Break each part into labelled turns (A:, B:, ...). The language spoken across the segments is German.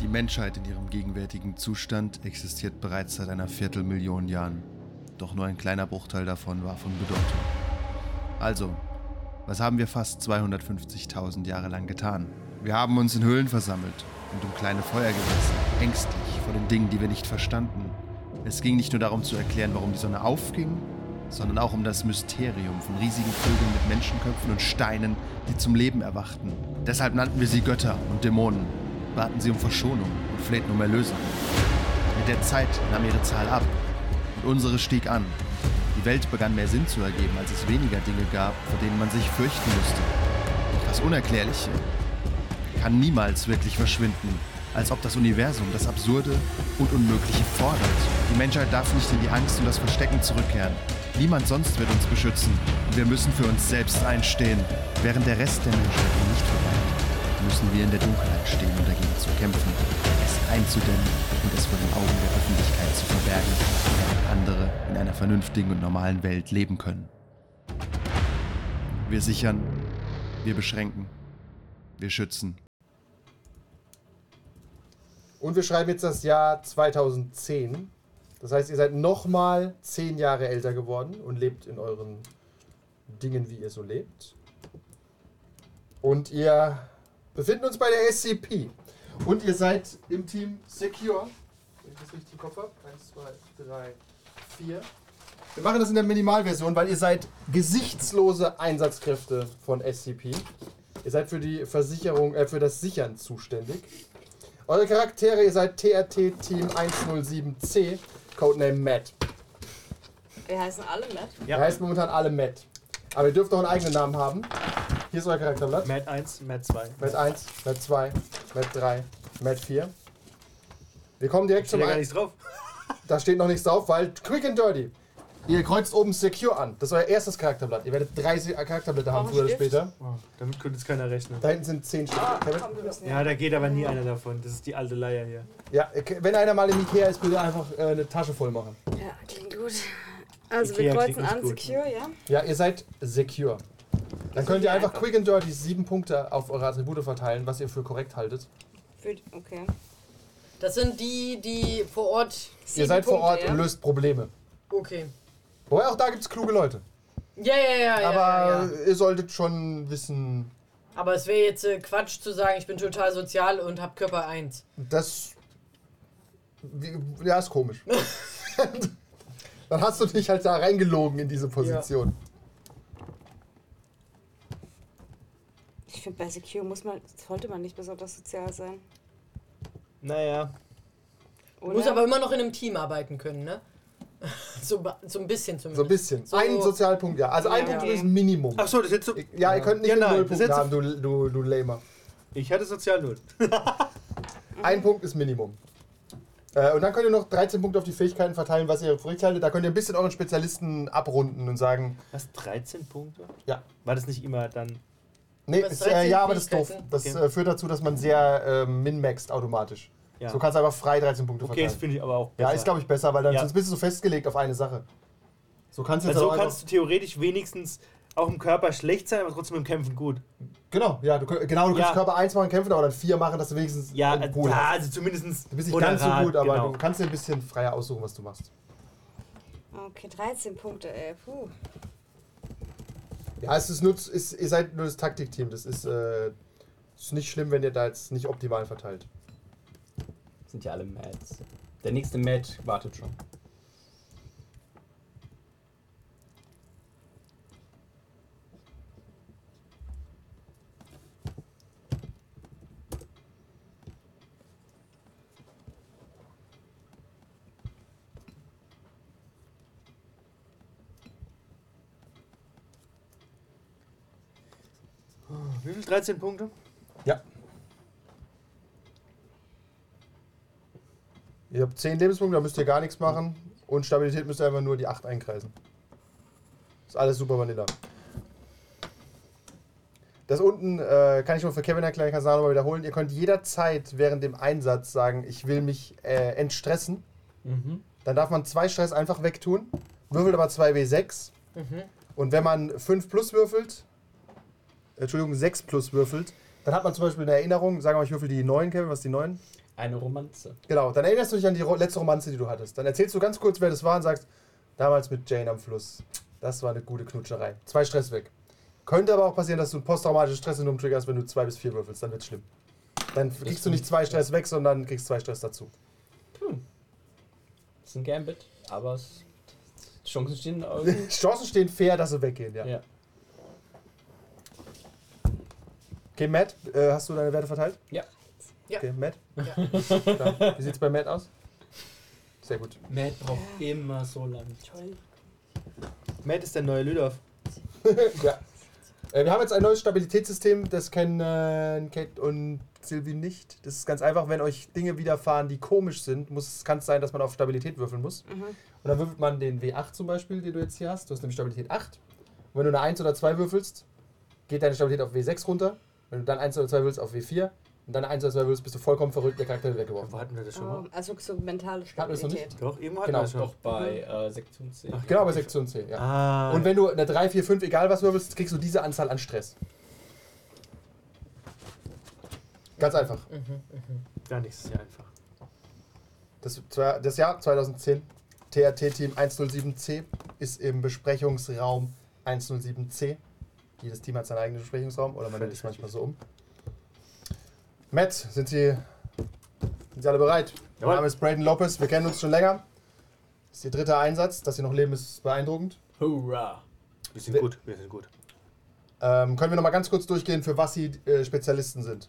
A: Die Menschheit in ihrem gegenwärtigen Zustand existiert bereits seit einer Viertelmillion Jahren. Doch nur ein kleiner Bruchteil davon war von Bedeutung. Also, was haben wir fast 250.000 Jahre lang getan? Wir haben uns in Höhlen versammelt und um kleine Feuer gesessen, ängstlich vor den Dingen, die wir nicht verstanden. Es ging nicht nur darum zu erklären, warum die Sonne aufging, sondern auch um das Mysterium von riesigen Vögeln mit Menschenköpfen und Steinen, die zum Leben erwachten. Deshalb nannten wir sie Götter und Dämonen, baten sie um Verschonung und flehten um Erlösung. Mit der Zeit nahm ihre Zahl ab und unsere stieg an. Die Welt begann mehr Sinn zu ergeben, als es weniger Dinge gab, vor denen man sich fürchten musste. Doch das Unerklärliche kann niemals wirklich verschwinden, als ob das Universum das Absurde und Unmögliche fordert. Die Menschheit darf nicht in die Angst und das Verstecken zurückkehren. Niemand sonst wird uns beschützen und wir müssen für uns selbst einstehen. Während der Rest der Menschheit noch nicht verweilt, müssen wir in der Dunkelheit stehen, um dagegen zu kämpfen, es einzudämmen und es vor den Augen der Öffentlichkeit zu verbergen, damit andere in einer vernünftigen und normalen Welt leben können. Wir sichern, wir beschränken, wir schützen.
B: Und wir schreiben jetzt das Jahr 2010. Das heißt, ihr seid nochmal zehn Jahre älter geworden und lebt in euren Dingen, wie ihr so lebt. Und ihr befinden uns bei der SCP. Und ihr seid im Team Secure. Wenn ich das richtig im Kopf habe. Eins, zwei, drei, vier. Wir machen das in der Minimalversion, weil ihr seid gesichtslose Einsatzkräfte von SCP. Ihr seid für die Versicherung, äh, für das Sichern zuständig. Eure Charaktere, ihr seid TRT Team 107C, Codename Matt.
C: Wir heißen alle Matt.
B: Ihr heißt momentan alle Matt. Aber ihr dürft auch einen eigenen Namen haben. Hier ist euer Charakterblatt.
D: Matt 1, Matt 2.
B: Matt 1, Matt 2, Matt 3, Matt 4. Wir kommen direkt
D: Steht
B: zum
D: ja gar
B: Ein-
D: nichts drauf.
B: Da steht noch nichts drauf, weil Quick and Dirty. Ihr kreuzt oben Secure an. Das ist euer erstes Charakterblatt. Ihr werdet 30 Charakterblätter haben,
C: Brauch
B: früher
C: ich
B: oder später.
D: Oh, damit könnte jetzt keiner rechnen.
B: Da hinten sind 10 Stück. Kevin?
C: Ah, Komm, wir müssen
D: Ja, da geht aber nie einer davon. Das ist die alte Leier hier.
B: Ja, okay, wenn einer mal im Ikea ist, bitte einfach äh, eine Tasche voll machen.
C: Ja, klingt gut. Also
D: Ikea
C: wir
D: klingt
C: kreuzen
D: nicht
C: an
D: gut.
C: Secure, ja?
B: Ja, ihr seid secure. Dann könnt ihr einfach quick and dirty sieben Punkte auf eure Attribute verteilen, was ihr für korrekt haltet.
C: Für, okay.
E: Das sind die, die vor Ort.
B: ihr
C: Sieben
B: seid vor
C: Punkte,
B: Ort
C: ja?
B: und löst Probleme.
E: Okay.
B: Wobei auch da gibt's kluge Leute.
E: Ja, ja, ja. ja,
B: Aber
E: ja, ja.
B: ihr solltet schon wissen,
E: aber es wäre jetzt äh, Quatsch zu sagen, ich bin total sozial und habe Körper 1.
B: das. wie- Ja, ist komisch. Dann hast du dich halt da reingelogen in diese Position.
C: Ich finde, bei Secure muss man, sollte man nicht besonders sozial sein.
D: Naja.
C: Oder?
E: Muss aber immer noch in einem Team arbeiten können, ne? So, ba- so ein bisschen zumindest.
B: So ein bisschen.
E: So-
B: Ein Sozialpunkt, ja. Also ein
C: Ja.
B: Punkt ist Minimum.
D: Ach so, das ist jetzt so.
B: Ja, ihr könnt nicht
D: Ja,
B: einen
D: nein,
B: Nullpunkt
D: das ist
B: haben, du, du, du Lamer.
D: Ich hatte sozial null.
B: Ein Punkt ist Minimum. Äh, und dann könnt ihr noch 13 Punkte auf die Fähigkeiten verteilen, was ihr korrekt haltet. Da könnt ihr ein bisschen euren Spezialisten abrunden und sagen,
D: Was? 13 Punkte?
B: ja.
D: War das nicht immer dann.
B: Nee,
E: Was,
B: ist, äh,
E: 13
B: ja, aber das ist doof.
E: Fähigkeiten?
B: Das
D: Okay.
B: äh, führt dazu, dass man sehr äh, min-maxt automatisch.
D: Ja.
B: So kannst du einfach frei 13 Punkte
D: Okay, das
B: verteilen.
D: finde ich aber auch besser.
B: Ja, ist glaube ich besser, weil dann
D: Ja.
B: sonst bist du so festgelegt auf eine Sache. So kannst du jetzt
D: Also so
B: aber
D: kannst du theoretisch wenigstens auch im Körper schlecht sein, aber trotzdem im Kämpfen gut.
B: Genau, ja, du, könnt- genau, du kannst
D: Ja.
B: Körper 1 machen, kämpfen, aber dann 4 machen, dass du wenigstens
D: Ja,
B: einen Pool
D: also,
B: hast.
D: also zumindest.
B: Du bist nicht ganz so
D: moderat,
B: gut, aber
D: genau.
B: du kannst dir ein bisschen freier aussuchen, was du machst.
C: Okay, 13 Punkte, ey. Puh.
B: Ja, es ist nur, ist, ihr seid nur das Taktikteam. Das ist, äh, ist nicht schlimm, wenn ihr da jetzt nicht optimal verteilt.
F: Sind ja alle Mads. Der nächste Mad wartet schon.
D: Wie viel? 13 Punkte?
B: Ja. Ihr habt 10 Lebenspunkte, da müsst ihr gar nichts machen. Und Stabilität müsst ihr einfach nur die 8 einkreisen. Ist alles super Vanilla. Das unten äh, kann ich nur für Kevin erklären, ich kann es nachher noch mal wiederholen. Ihr könnt jederzeit während dem Einsatz sagen, ich will mich äh, entstressen. Dann darf man zwei Stress einfach wegtun, würfelt aber 2W6. Und wenn man 5 plus würfelt, Entschuldigung, 6 plus würfelt, Dann hat man zum Beispiel eine Erinnerung, sagen wir mal, ich würfel die 9, Kevin, was ist die 9?
F: Eine Romanze.
B: Genau, dann erinnerst du dich an die Ro letzte Romanze, die du hattest. Dann erzählst du ganz kurz, wer das war und sagst, damals mit Jane am Fluss. Das war eine gute Knutscherei. Zwei Stress weg. Könnte aber auch passieren, dass du ein posttraumatisches Stresssyndrom triggerst, wenn du zwei bis vier würfelst. Dann wird's schlimm. Dann kriegst du nicht zwei Stress weg, sondern kriegst zwei Stress dazu.
F: Ist ein Gambit, aber es, die Chancen stehen irgendwie.
B: Chancen stehen fair, dass sie weggehen, ja.
F: ja.
B: Okay, Matt, äh, hast du deine Werte verteilt?
F: Ja.
E: Ja.
B: Okay, Matt?
E: Ja.
B: Klar. Wie sieht's bei Matt aus? Sehr gut.
F: Matt braucht immer so lange.
C: Toll.
D: Matt ist der neue Lüdorf.
B: ja. Äh, wir haben jetzt ein neues Stabilitätssystem, das kennen äh, Kate und Sylvie nicht. Das ist ganz einfach, wenn euch Dinge widerfahren, die komisch sind, muss- kann es sein, dass man auf Stabilität würfeln muss. Und dann würfelt man den W8 zum Beispiel, den du jetzt hier hast. Du hast nämlich Stabilität 8. Und wenn du eine 1 oder 2 würfelst, geht deine Stabilität auf W6 runter. Wenn du dann 1 oder 2 würfelst, auf W4. Und dann 1 oder 2 würfelst, bist du vollkommen verrückt, der Charakter wird weggeworfen.
D: Wo hatten wir das schon mal?
C: Ähm, also so mentale
B: Hatten wir es noch nicht?
C: Stabilität.
D: Doch, eben hatten
B: Genau,
D: wir das schon.
F: Doch bei äh, Sektion 10.
D: Ach,
B: Genau, bei Sektion 10, ja.
D: Ah,
B: Und wenn du eine 3, 4, 5, egal was würfelst, kriegst du diese Anzahl an Stress. Ganz einfach.
D: gar nichts ist ja einfach.
B: Das, das Jahr 2010, TRT-Team 107C ist im Besprechungsraum 107C. Jedes Team hat seinen eigenen Besprechungsraum oder man nennt es manchmal so um. Matt, sind Sie, sind Sie alle bereit?
D: Jawohl.
B: Mein Name ist Braden Lopez, wir kennen uns schon länger. Das ist Ihr dritter Einsatz, dass Sie noch leben, ist beeindruckend.
F: Hurra!
D: Wir sind
B: Wir-
D: gut, wir sind gut.
B: Ähm, können wir noch mal ganz kurz durchgehen, für was Sie äh, Spezialisten sind?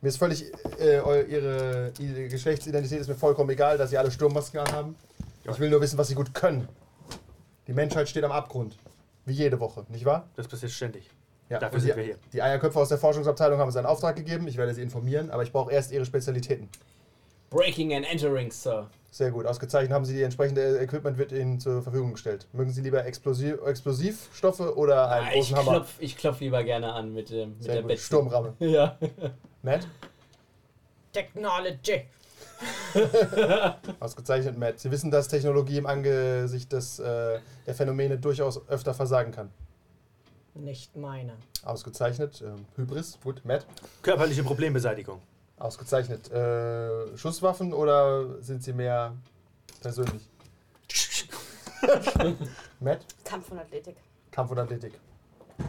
B: Mir ist völlig, äh, eu- ihre, ihre Geschlechtsidentität ist mir vollkommen egal, dass Sie alle Sturmmasken haben.
D: Ja.
B: Ich will nur wissen, was Sie gut können. Die Menschheit steht am Abgrund. Wie jede Woche, nicht wahr?
D: Das passiert ständig.
B: Ja,
D: Dafür
B: und
D: sind
B: die,
D: wir hier.
B: Die Eierköpfe aus der Forschungsabteilung haben uns einen Auftrag gegeben. Ich werde Sie informieren, aber ich brauche erst Ihre Spezialitäten.
F: Breaking and entering, Sir.
B: Sehr gut, ausgezeichnet haben Sie die entsprechende äh, Equipment wird Ihnen zur Verfügung gestellt. Mögen Sie lieber Explosiv Explosivstoffe oder einen
F: Ah, ich,
B: großen Hammer?
F: klopf, ich klopf lieber gerne an mit, dem mit
B: Sehr
F: der
B: gut.
F: Betsy.
B: Sturmramme.
F: Ja.
B: Matt?
E: Technology.
B: Ausgezeichnet, Matt. Sie wissen, dass Technologie im Angesicht des, äh, der Phänomene durchaus öfter versagen kann.
E: Nicht meine.
B: Ausgezeichnet. ähm, Hybris, gut, Matt.
D: Körperliche Problembeseitigung.
B: Ausgezeichnet. Äh, Schusswaffen oder sind Sie mehr persönlich? Matt,
C: Kampf und Athletik.
B: Kampf und Athletik.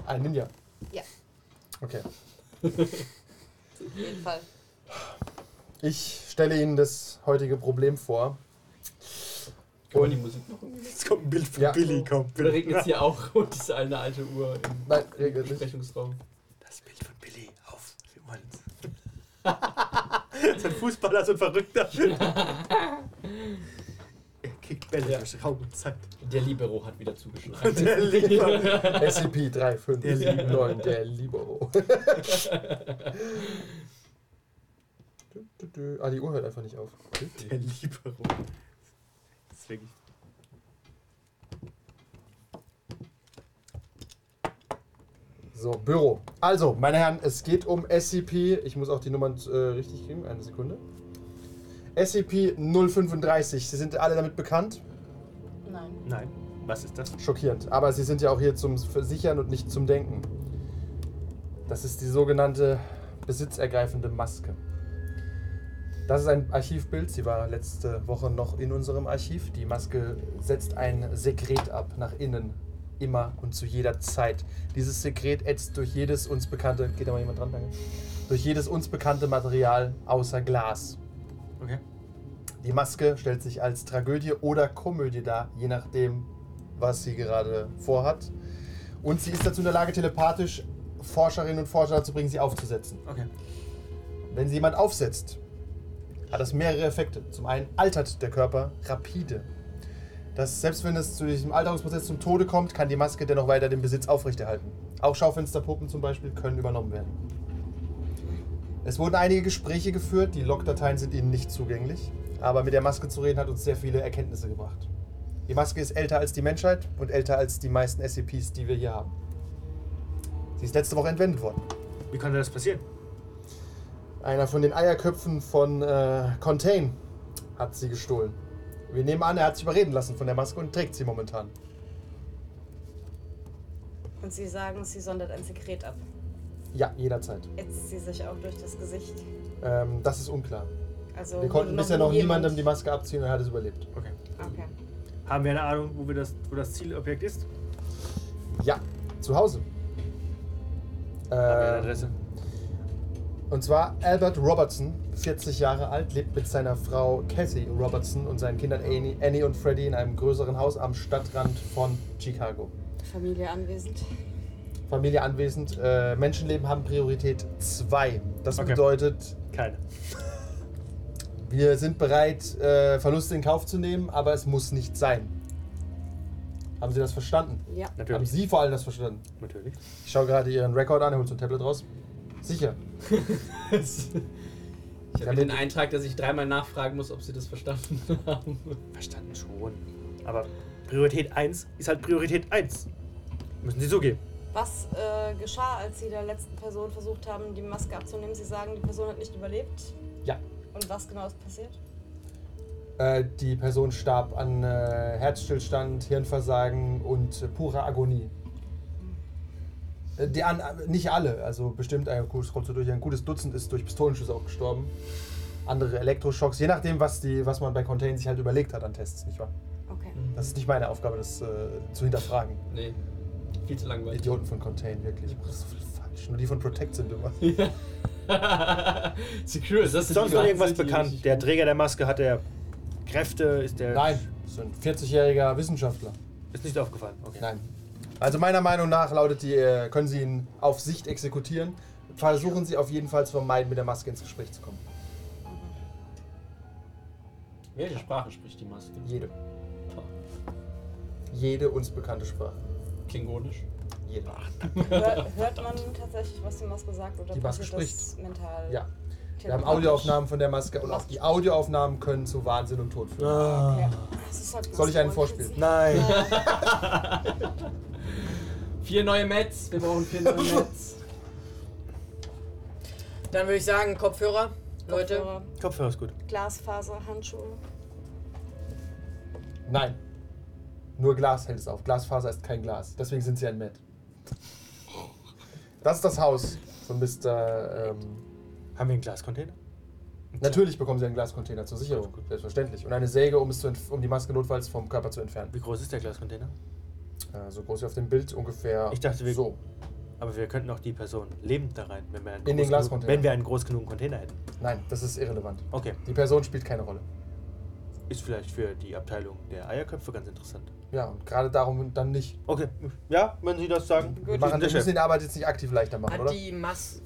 B: Ein Ninja.
C: Ja.
B: Okay.
C: Auf jeden Fall.
B: Ich stelle Ihnen das heutige Problem vor.
F: Kann man die Musik noch irgendwie?
D: Jetzt kommt ein Bild von
B: Ja.
D: Billy, kommt.
F: Oder regnet es hier auch und ist eine alte Uhr im
B: Nein, regelt nicht.
F: Besprechungsraum?
D: Das Bild von Billy auf. Wir wollen's. so ein Fußballer, so ein Verrückter. er kickt Bälle
F: Ja.
D: durch Raum und Zeit.
F: Der Libero hat wieder zugeschlagen.
D: Und der Lieber.
B: SCP 3579, der Libero. Du, du, du. ah, die Uhr hört einfach nicht auf.
D: Der Libero. Das ist wirklich.
B: So, Büro. Also, meine Herren, es geht um SCP. Ich muss auch die Nummern äh, richtig kriegen. Eine Sekunde. SCP 035. Sie sind alle damit bekannt.
C: Nein.
D: Nein. Was ist das?
B: Schockierend. Aber sie sind ja auch hier zum Versichern und nicht zum Denken. Das ist die sogenannte besitzergreifende Maske. Das ist ein Archivbild. Sie war letzte Woche noch in unserem Archiv. Die Maske setzt ein Sekret ab, nach innen. Immer und zu jeder Zeit. Dieses Sekret ätzt durch jedes uns bekannte. Geht da mal jemand dran? Danke. Durch jedes uns bekannte Material außer Glas.
D: Okay.
B: Die Maske stellt sich als Tragödie oder Komödie dar, je nachdem, was sie gerade vorhat. Und sie ist dazu in der Lage, telepathisch Forscherinnen und Forscher dazu bringen, sie aufzusetzen.
D: Okay.
B: Wenn sie jemand aufsetzt, hat das mehrere Effekte. Zum einen altert der Körper rapide. Das, selbst wenn es zu diesem Alterungsprozess zum Tode kommt, kann die Maske dennoch weiter den Besitz aufrechterhalten. Auch Schaufensterpuppen zum Beispiel können übernommen werden. Es wurden einige Gespräche geführt, die Logdateien sind Ihnen nicht zugänglich, aber mit der Maske zu reden hat uns sehr viele Erkenntnisse gebracht. Die Maske ist älter als die Menschheit und älter als die meisten SCPs, die wir hier haben. Sie ist letzte Woche entwendet worden.
D: Wie konnte das passieren?
B: Einer von den Eierköpfen von äh, Contain hat sie gestohlen. Wir nehmen an, er hat sich überreden lassen von der Maske und trägt sie momentan.
C: Und sie sagen, sie sondert ein Sekret ab.
B: Ja, jederzeit.
C: Jetzt sie sich auch durch das Gesicht.
B: Ähm, das ist unklar.
C: Also
B: Wir konnten bisher noch niemandem die Maske abziehen und er hat es überlebt.
D: Okay.
C: Okay.
D: Haben wir eine Ahnung, wo, wir das, wo das Zielobjekt ist?
B: Ja, zu Hause.
D: Haben wir eine
B: Äh,
D: Adresse?
B: und zwar Albert Robertson, 40 Jahre alt, lebt mit seiner Frau Kathy Robertson und seinen Kindern Annie, Annie und Freddy in einem größeren Haus am Stadtrand von Chicago.
C: Familie anwesend.
B: Familie anwesend. Äh, Menschenleben haben Priorität 2. Das
D: Okay.
B: bedeutet,
D: Keine.
B: wir sind bereit, äh, Verluste in Kauf zu nehmen, aber es muss nicht sein. Haben Sie das verstanden?
C: Ja.
B: Haben
D: Natürlich.
B: Sie vor allem das verstanden?
D: Natürlich.
B: Ich schaue gerade Ihren Rekord an, er holt so ein Tablet raus. Sicher.
F: ich habe den Eintrag, dass ich dreimal nachfragen muss, ob sie das verstanden haben.
D: Verstanden schon. Aber Priorität 1 ist halt Priorität 1. Müssen Sie zugeben.
C: Was äh, geschah, als Sie der letzten Person versucht haben, die Maske abzunehmen? Sie sagen, die Person hat nicht überlebt.
B: Ja.
C: Und was genau ist passiert?
B: Äh, die Person starb an äh, Herzstillstand, Hirnversagen und äh, purer Agonie. Äh, Die an, äh, nicht alle, also bestimmt ein gutes, kommt so durch, ein gutes Dutzend ist durch Pistolenschüsse auch gestorben. Andere Elektroschocks, je nachdem, was, die, was man bei Contain sich halt überlegt hat an Tests, nicht wahr?
C: Okay.
B: Das ist nicht meine Aufgabe, das äh, zu hinterfragen.
F: Nee, viel zu langweilig.
B: Idioten von Contain, wirklich. Ich mach so viel falsch. Nur die von Protect sind immer.
F: Secure, das
D: Ist
F: sind
D: sonst
F: die
D: noch irgendwas
F: Wahnsinn, die
D: bekannt?
F: ich-
D: Der Träger der Maske hat er Kräfte? Ist der.
B: Nein, das ist ein 40-jähriger Wissenschaftler.
D: Ist nicht aufgefallen. Okay.
B: Nein. Also meiner Meinung nach lautet die, äh, können Sie ihn auf Sicht exekutieren. Versuchen Sie auf jeden Fall zu vermeiden, mit der Maske ins Gespräch zu kommen.
F: Welche Sprache spricht die Maske?
B: Jede. Jede uns bekannte Sprache.
F: Klingonisch.
B: Jede.
C: Hör, hört man tatsächlich, was die Maske sagt? Oder
B: Die Maske
C: passiert das mental?
B: Ja. Wir haben Audioaufnahmen von der Maske und auch die Audioaufnahmen können zu Wahnsinn und Tod führen.
C: Okay.
D: Ah.
C: Also sollten wir
B: Soll
C: uns
B: ich einen
C: wohl
B: vorspielen?
C: wissen.
D: Nein.
F: Vier neue Mets, wir brauchen vier neue Mets.
E: Dann würde ich sagen, Kopfhörer, Leute.
C: Kopfhörer,
D: Kopfhörer ist gut.
C: Glasfaser, Handschuhe.
B: Nein. Nur Glas hält es auf. Glasfaser ist kein Glas. Deswegen sind Sie ein Matt. Das ist das Haus von Mr. Ähm,
D: Haben wir einen Glascontainer?
B: Natürlich bekommen sie einen Glascontainer zur Sicherung, selbstverständlich. Und eine Säge, um, es zu entf- um die Maske notfalls vom Körper zu entfernen.
D: Wie groß ist der Glascontainer?
B: Äh, so groß wie auf dem Bild ungefähr.
D: Ich dachte, wir-
B: So.
D: Aber wir könnten auch die Person lebend da rein, wenn wir einen
B: In den
D: groß genug-
B: Glascontainer.
D: Wenn wir einen groß genug Container hätten.
B: Nein, das ist irrelevant.
D: Okay.
B: Die Person spielt keine Rolle.
D: Ist vielleicht für die Abteilung der Eierköpfe ganz interessant.
B: Ja, und gerade darum dann nicht.
D: Okay. Ja, wenn Sie das sagen.
B: Wir,
D: Sie
B: machen,
D: sind der
B: wir
D: Chef.
B: müssen die Arbeit jetzt nicht aktiv leichter machen,
E: Hat
B: oder?
E: die Mas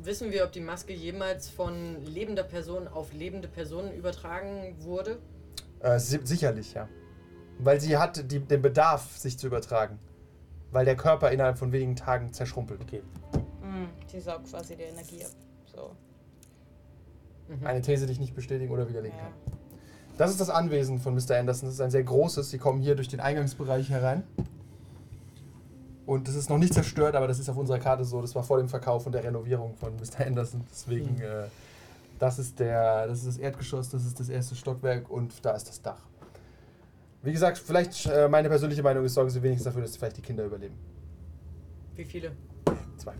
E: Wissen wir, ob die Maske jemals von lebender Person auf lebende Person übertragen wurde?
B: Äh, si sicherlich, ja. Weil sie hat die, den Bedarf, sich zu übertragen. Weil der Körper innerhalb von wenigen Tagen zerschrumpelt.
D: Okay.
C: Mhm. Die saugt quasi die Energie ab. So.
E: Mhm.
B: Eine These, die ich nicht bestätigen oder widerlegen
C: Ja.
B: kann. Das ist das Anwesen von Mr. Anderson. Das ist ein sehr großes. Sie kommen hier durch den Eingangsbereich herein. Und das ist noch nicht zerstört, aber das ist auf unserer Karte so. Das war vor dem Verkauf und der Renovierung von Mr. Anderson. Deswegen, äh, das, ist der, das ist das Erdgeschoss, das ist das erste Stockwerk und da ist das Dach. Wie gesagt, vielleicht äh, meine persönliche Meinung ist, sorgen Sie wenigstens dafür, dass vielleicht die Kinder überleben.
E: Wie viele?
B: Zwei.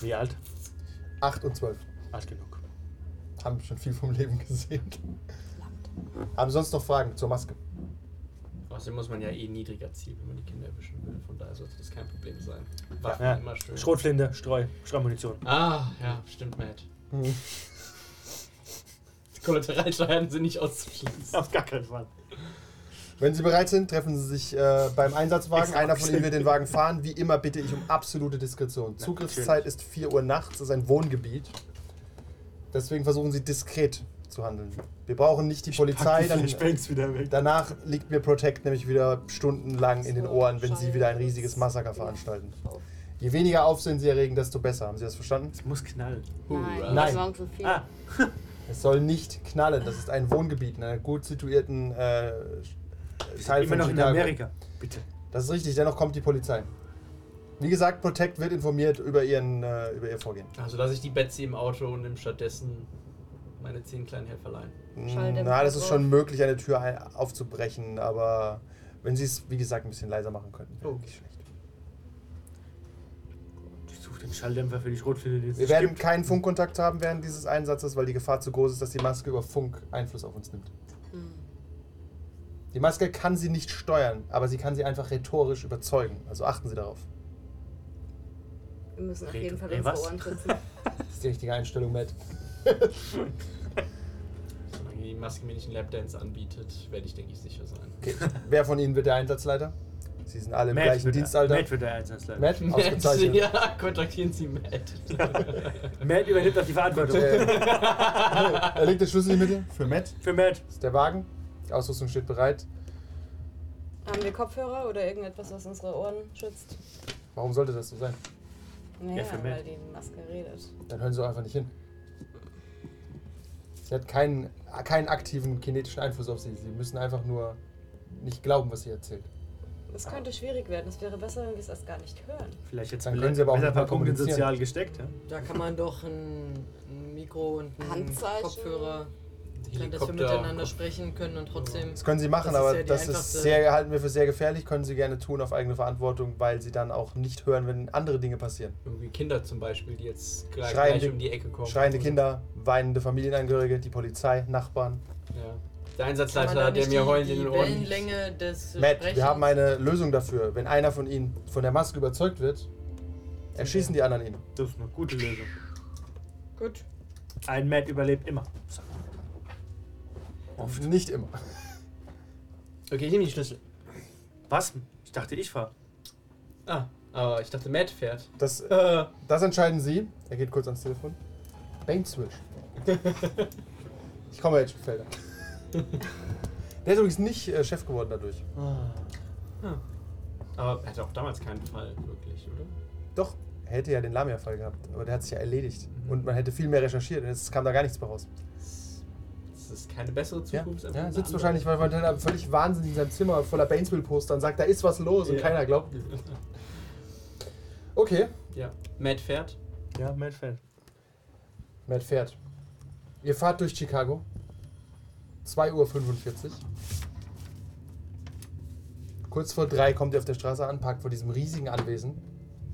D: Wie alt?
B: Acht und zwölf.
D: Alt genug.
B: Haben schon viel vom Leben gesehen.
C: Land.
B: Haben sonst noch Fragen zur Maske?
F: Außerdem muss man ja eh niedriger ziehen, wenn man die Kinder erwischen will. Von daher sollte das kein Problem sein. Waffen
D: Ja.
F: immer schön.
D: Schrotflinte, Streu, Streumunition.
F: Ah, ja, stimmt, Matt. Die Kollateralschäden sind nicht auszuschließen.
D: Auf gar keinen Fall.
B: Wenn Sie bereit sind, treffen Sie sich äh, beim Einsatzwagen. Einer von Ihnen wird den Wagen fahren. Wie immer bitte ich um absolute Diskretion. Zugriffszeit ist 4 Uhr nachts, ist ein Wohngebiet. Deswegen versuchen Sie diskret zu handeln. Wir brauchen nicht die Polizei. Dann,
D: Banks wieder weg.
B: danach liegt mir Protect nämlich wieder stundenlang in den Ohren, wenn Sie wieder ein riesiges Massaker veranstalten. Je weniger Aufsehen Sie erregen, desto besser. Haben Sie das verstanden?
D: Es muss knallen.
C: Nein,
B: Nein.
C: das waren zu viel.
D: Ah,
B: Es soll nicht knallen. Das ist ein Wohngebiet in einer gut situierten äh, Teil
D: immer
B: von
D: noch in
B: Chicago.
D: Amerika. Bitte.
B: Das ist richtig, dennoch kommt die Polizei. Wie gesagt, Protect wird informiert über, ihren, äh, über ihr Vorgehen.
F: Also lasse ich die Betsy im Auto und nehme stattdessen meine zehn kleinen Helferlein.
C: Schalldämpfer
B: Na, das ist
C: drauf.
B: schon möglich, eine Tür ein- aufzubrechen, aber wenn sie es, wie gesagt, ein bisschen leiser machen könnten. wäre
F: Oh.
B: nicht schlecht.
D: auf den Schalldämpfer für die Schrotflinte, die es
B: Wir werden
D: gibt.
B: keinen Funkkontakt haben während dieses Einsatzes, weil die Gefahr zu groß ist, dass die Maske über Funk Einfluss auf uns nimmt.
C: Hm.
B: Die Maske kann sie nicht steuern, aber sie kann sie einfach rhetorisch überzeugen. Also achten Sie darauf.
C: Wir müssen auf
D: Red-
C: jeden Fall
D: Red-
C: unsere
D: was?
C: Ohren schützen.
B: Das ist die richtige Einstellung, Matt.
F: Solange die Maske mir nicht einen Lapdance anbietet, werde ich, denke ich, sicher sein.
B: Okay. Wer von Ihnen wird der Einsatzleiter? Sie sind alle im
D: Matt
B: gleichen
D: wird der-
B: Dienstalter.
D: Matt wird der Einsatzleiter.
B: Matt, ausgezeichnet.
F: ja, kontaktieren Sie Matt.
D: Matt übernimmt auch die Verantwortung.
B: Der, er legt den Schlüssel in die Mitte. Für Matt.
D: Für Matt.
B: Das ist der Wagen. Die Ausrüstung steht bereit.
C: Haben wir Kopfhörer oder irgendetwas, was unsere Ohren schützt?
B: Warum sollte das so sein?
C: Naja,
D: für mich.
C: weil die Maske redet.
B: Dann hören Sie doch einfach nicht hin. Sie hat keinen, keinen aktiven kinetischen Einfluss auf Sie. Sie müssen einfach nur nicht glauben, was sie erzählt.
C: Das könnte schwierig werden. Es wäre besser, wenn wir es erst gar nicht hören.
D: Vielleicht jetzt
B: Dann können Sie aber auch
D: ein paar
B: nicht mal
D: Punkte
B: kommunizieren.
D: sozial gesteckt. Ja?
E: Da kann man doch ein, ein Mikro und ein
C: Handzeichen.
E: Kopfhörer,
F: Helikopter-
E: dass wir miteinander sprechen können und trotzdem.
B: Das können Sie machen,
E: Das ist
B: aber
E: ja die
B: das
E: einfachste-
B: ist sehr, halten wir für sehr gefährlich. Können Sie gerne tun auf eigene Verantwortung, weil Sie dann auch nicht hören, wenn andere Dinge passieren.
F: Irgendwie Kinder zum Beispiel, die jetzt gleich,
B: Schreiende-
F: gleich um die Ecke kommen.
B: Schreiende Kinder, weinende Familienangehörige, die Polizei, Nachbarn.
F: Ja. Der
E: Kann man da
F: Einsatzleiter, der
E: nicht
F: mir
E: die-
F: heulend in
E: die
F: den Ohren.
E: Wellenlänge des
B: Matt,
E: Sprechens-
B: wir haben eine Lösung dafür. Wenn einer von Ihnen von der Maske überzeugt wird, erschießen die anderen ihn.
D: Das ist eine gute Lösung.
E: Gut.
D: Ein Matt überlebt immer.
B: Oft. Nicht immer.
F: Okay, ich nehme die Schlüssel.
D: Was? Ich dachte, ich fahre.
F: Ah, aber ich dachte, Matt fährt.
B: Das,
F: Äh,
B: das entscheiden Sie. Er geht kurz ans Telefon. Bane Switch. ich komme jetzt, Felder. Der ist übrigens nicht äh, Chef geworden dadurch.
D: Ah.
F: aber er hatte auch damals keinen Fall, wirklich, oder?
B: Doch, er hätte ja den Lamia-Fall gehabt, aber der hat sich ja erledigt.
F: Mhm.
B: Und man hätte viel mehr recherchiert und jetzt kam da gar nichts mehr raus.
F: Das ist keine bessere
B: Ja,
F: Zukunft. einfach
B: ja
F: eine
B: sitzt
F: andere.
B: wahrscheinlich, weil man dann völlig wahnsinnig in seinem Zimmer voller Bainesville-Poster und sagt, da ist was los und
F: Ja.
B: keiner glaubt ihm. Okay,
F: Ja. Matt fährt.
D: Ja, Matt fährt.
B: Matt fährt. Ihr fahrt durch Chicago. 2.45 Uhr. Kurz vor drei kommt ihr auf der Straße an, parkt vor diesem riesigen Anwesen.